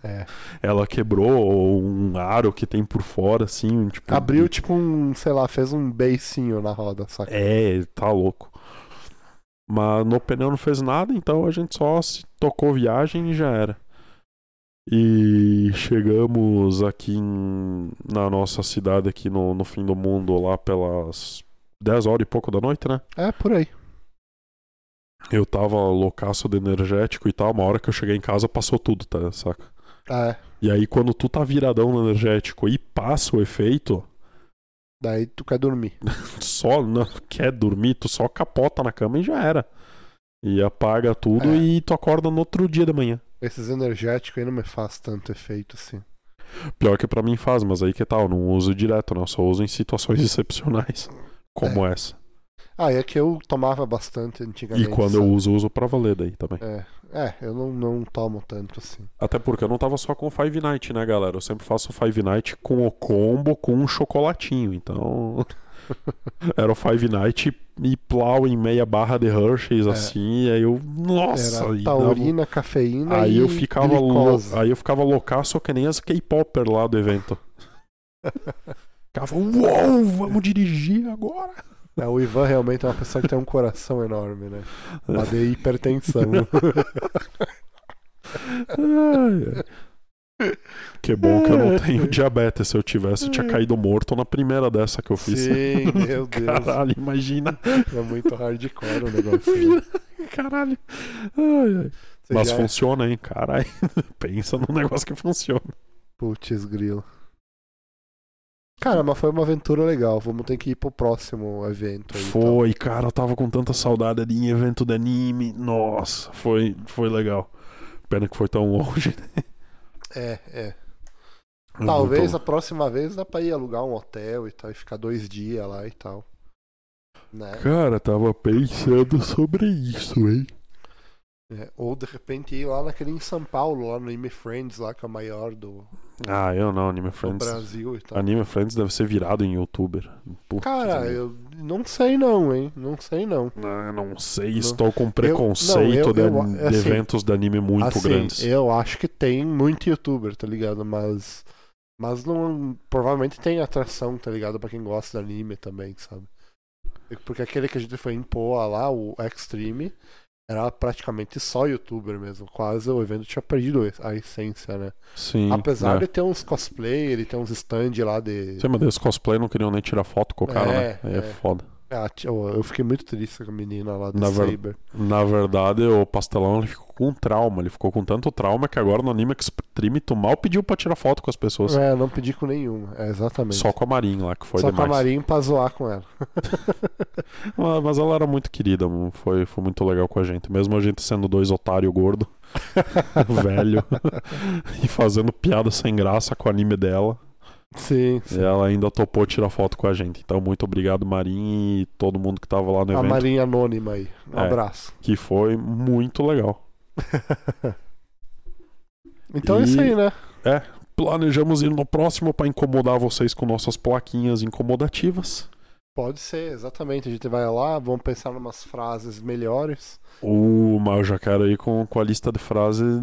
S4: É.
S3: Ela quebrou um aro que tem por fora, assim, um, tipo.
S4: Abriu tipo um, sei lá, fez um beicinho na roda, saca?
S3: É, tá louco. Mas no pneu não fez nada, então a gente só se tocou viagem e já era. E chegamos aqui em- na nossa cidade, aqui no, no fim do mundo, lá pelas 10 horas e pouco da noite, né?
S4: É, por aí.
S3: Eu tava loucaço de energético e tal, uma hora que eu cheguei em casa passou tudo, tá? Saca?
S4: Ah, é.
S3: E aí quando tu tá viradão no energético e passa o efeito,
S4: Daí tu quer dormir.
S3: tu só não quer dormir, tu só capota na cama e já era. E apaga tudo
S4: É.
S3: e tu acorda no outro dia da manhã.
S4: Esses energéticos aí não me faz tanto efeito assim.
S3: Pior que pra mim faz, mas aí que tal? Não uso direto, né? Eu só uso em situações excepcionais, como essa.
S4: Ah, é que eu tomava bastante
S3: É, E
S4: antigamente.
S3: quando eu uso, uso pra valer daí também.
S4: É, é eu não, não tomo tanto assim.
S3: Até porque eu não tava só com Five Night, né, galera? Eu sempre faço Five Night com o combo com um chocolatinho, então. Era o Five Night e plau em meia barra de Hershey's,
S4: É.
S3: assim, e aí eu. Nossa!
S4: Era
S3: e dava- um-
S4: taurina, cafeína
S3: Aí
S4: e
S3: eu ficava lou...
S4: glicose.
S3: aí eu ficava loucaço que nem as K-popper lá do evento. Ficava, uou, vamos dirigir agora.
S4: É, o Ivan realmente é uma pessoa que tem um coração enorme, né?
S3: É.
S4: A de hipertensão.
S3: Ai, ai. Que bom que eu não tenho diabetes. Se eu tivesse, eu tinha caído morto na primeira dessa que eu fiz.
S4: Sim, meu Deus.
S3: Caralho, imagina.
S4: É muito hardcore o negócio. né?
S3: Vira- Caralho. Ai, ai.
S4: Você
S3: Mas
S4: já-
S3: funciona, hein? Caralho. Pensa num negócio que funciona.
S4: é Putz, grilo. Cara, mas foi uma aventura legal. Vamos ter que ir pro próximo evento. Aí, então.
S3: Foi, cara, eu tava com tanta saudade de ir em evento de anime. Nossa, foi, foi legal. Pena que foi tão longe. né?
S4: É, é.
S3: Eu
S4: Talvez
S3: vou-
S4: a próxima vez dá pra ir alugar um hotel e tal, e ficar dois dias lá e tal. Né?
S3: Cara, tava pensando sobre isso, hein?
S4: É, Ou de repente ir lá naquele em São Paulo, lá no Anime Friends, lá que é o maior do,
S3: Ah, eu não, Anime
S4: do
S3: Friends.
S4: Brasil e tal.
S3: Anime Friends deve ser virado em youtuber. Putz,
S4: Cara,
S3: eu...
S4: eu não sei não, hein? Não sei não.
S3: não sei, estou com preconceito
S4: Eu- não, eu- eu-
S3: de, de
S4: assim,
S3: eventos de anime muito
S4: assim,
S3: grandes.
S4: eu acho que tem muito youtuber, tá ligado? Mas mas não provavelmente tem atração, tá ligado? Pra quem gosta de anime também, sabe? Porque aquele que a gente foi em Poa lá, o Extreme, era praticamente só youtuber mesmo. Quase o evento tinha perdido a essência, né?
S3: Sim.
S4: Apesar
S3: né?
S4: de ter uns cosplay, ele tem uns stand lá de
S3: Sim, mas daí os cosplay não queriam nem tirar foto com o cara,
S4: É,
S3: né? Aí é,
S4: é.
S3: foda.
S4: Ah, tia, eu eu fiquei muito triste com a menina lá do
S3: Na ver-
S4: Saber.
S3: Na verdade, o pastelão ele ficou com trauma. Ele ficou com tanto trauma que agora no Anime Extreme tu mal pediu pra tirar foto com as pessoas.
S4: É, não pedi com nenhuma. É, exatamente.
S3: Só com a Marin lá, que foi
S4: Só com a
S3: demais.
S4: Marinho pra zoar com ela.
S3: Ah, Mas ela era muito querida, mano. foi, foi muito legal com a gente. Mesmo a gente sendo dois otário gordo, velho, e fazendo piada sem graça com o anime dela,
S4: Sim,
S3: e
S4: sim.
S3: ela ainda topou tirar foto com a gente. Então, muito obrigado, Marim, e todo mundo que tava lá no
S4: A
S3: evento,
S4: Marinha anônima aí. Um
S3: É.
S4: abraço.
S3: que foi muito legal.
S4: Então é
S3: E-
S4: isso aí, né?
S3: Planejamos ir no próximo pra incomodar vocês com nossas plaquinhas incomodativas.
S4: Pode ser, exatamente. A gente vai lá, vamos pensar em umas frases melhores.
S3: O Mal já quero ir com, com a lista de frases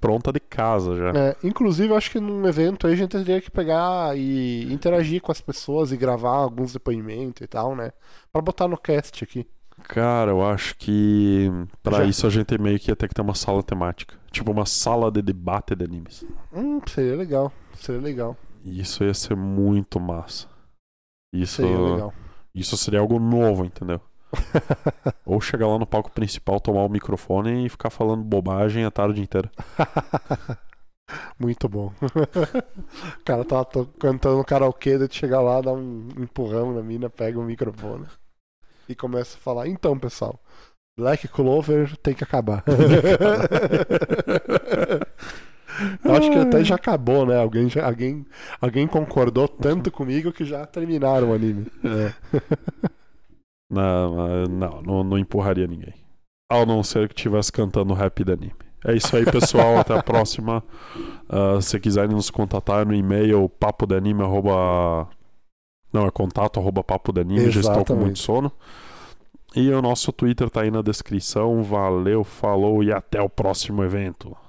S3: pronta de casa já.
S4: É, inclusive, eu acho que num evento aí a gente teria que pegar e interagir com as pessoas e gravar alguns depoimentos e tal, né? Pra botar no cast aqui.
S3: Cara, eu acho que pra
S4: Já.
S3: isso a gente meio que ia ter que ter uma sala temática. Tipo, uma sala de debate de animes.
S4: Hum, seria legal. Seria legal.
S3: E Isso ia ser muito massa. Isso,
S4: Seria legal.
S3: isso seria algo novo, entendeu? Ou chegar lá no palco principal, tomar o microfone e ficar falando bobagem a tarde inteira.
S4: Muito bom. o cara tá to- cantando no karaokê, daí tu chega lá, dá um empurrão na mina, pega o microfone e começa a falar: então, pessoal, Black Clover tem que acabar. Eu acho que até já acabou, né? Alguém, já- alguém, alguém concordou tanto comigo que já terminaram o anime.
S3: Não, não, não, não empurraria ninguém. Ao não ser que estivesse cantando rap de anime. É isso aí, pessoal. Até a próxima. Ah, se quiserem nos contatar no e-mail papodanime. Arroba... Não, é contato arroba papodanime. Já estou com
S4: Exatamente.
S3: muito sono. E o nosso Twitter tá aí na descrição. Valeu, falou e até o próximo evento.